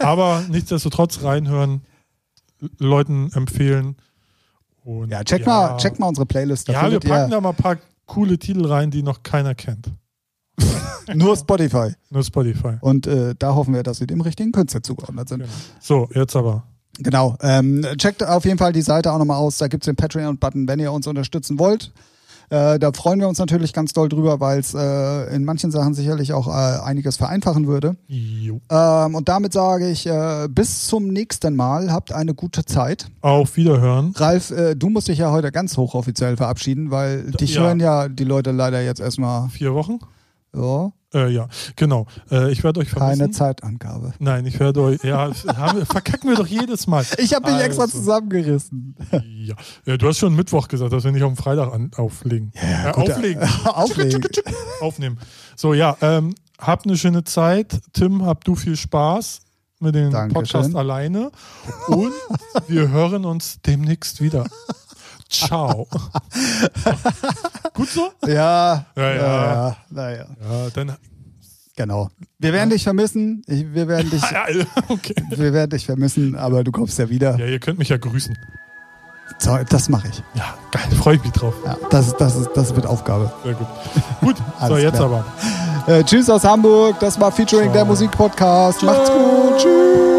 Speaker 1: Aber nichtsdestotrotz reinhören, L- Leuten empfehlen. Und
Speaker 2: Ja, check mal, check mal unsere Playlist. Da
Speaker 1: Ja, wir
Speaker 2: findet
Speaker 1: packen
Speaker 2: ihr
Speaker 1: da mal ein paar coole Titel rein, die noch keiner kennt.
Speaker 2: nur Spotify.
Speaker 1: Nur Spotify.
Speaker 2: Und äh, da hoffen wir, dass wir dem richtigen Künstler zugeordnet sind.
Speaker 1: Genau. So, jetzt aber.
Speaker 2: Genau. Ähm, checkt auf jeden Fall die Seite auch nochmal aus. Da gibt's den Patreon-Button, wenn ihr uns unterstützen wollt. Äh, da freuen wir uns natürlich ganz doll drüber, weil es äh, in manchen Sachen sicherlich auch äh, einiges vereinfachen würde.
Speaker 1: Jo.
Speaker 2: Ähm, und damit sage ich, äh, bis zum nächsten Mal. Habt eine gute Zeit.
Speaker 1: Auf Wiederhören.
Speaker 2: Ralf, äh, du musst dich ja heute ganz hochoffiziell verabschieden, weil dich
Speaker 1: ja.
Speaker 2: hören ja die Leute leider jetzt erstmal.
Speaker 1: Vier Wochen?
Speaker 2: Ja,
Speaker 1: Äh, ja, genau. Äh, ich werde euch vermissen.
Speaker 2: keine Zeitangabe.
Speaker 1: Nein, ich werde euch. Ja, haben, wir- verkacken wir doch jedes Mal.
Speaker 2: Ich habe mich extra
Speaker 1: Also,
Speaker 2: zusammengerissen.
Speaker 1: Ja. Äh, du hast schon Mittwoch gesagt, dass wir nicht auf den Freitag an, auflegen.
Speaker 2: Ja,
Speaker 1: äh,
Speaker 2: gut, äh,
Speaker 1: auflegen.
Speaker 2: Auflegen.
Speaker 1: Aufnehmen. So, ja, ähm, habt eine schöne Zeit. Tim, habt du viel Spaß mit dem
Speaker 2: Dankeschön.
Speaker 1: Podcast alleine. Und wir hören uns demnächst wieder. Ciao. Gut so?
Speaker 2: Ja,
Speaker 1: Ja, ja.
Speaker 2: naja, naja.
Speaker 1: Ja, dann.
Speaker 2: Genau. Wir werden dich vermissen. Ich, wir, werden dich,
Speaker 1: Ja, okay.
Speaker 2: wir werden dich vermissen, aber du kommst ja wieder.
Speaker 1: Ja, ihr könnt mich ja grüßen.
Speaker 2: So, das mache ich.
Speaker 1: Ja, geil, freue ich mich drauf.
Speaker 2: Ja, das, das, ist, das wird Aufgabe.
Speaker 1: Sehr gut. Gut, so
Speaker 2: Alles
Speaker 1: jetzt
Speaker 2: klar.
Speaker 1: aber.
Speaker 2: Äh, tschüss aus Hamburg. Das war Featuring der Musikpodcast. Macht's gut. Tschüss.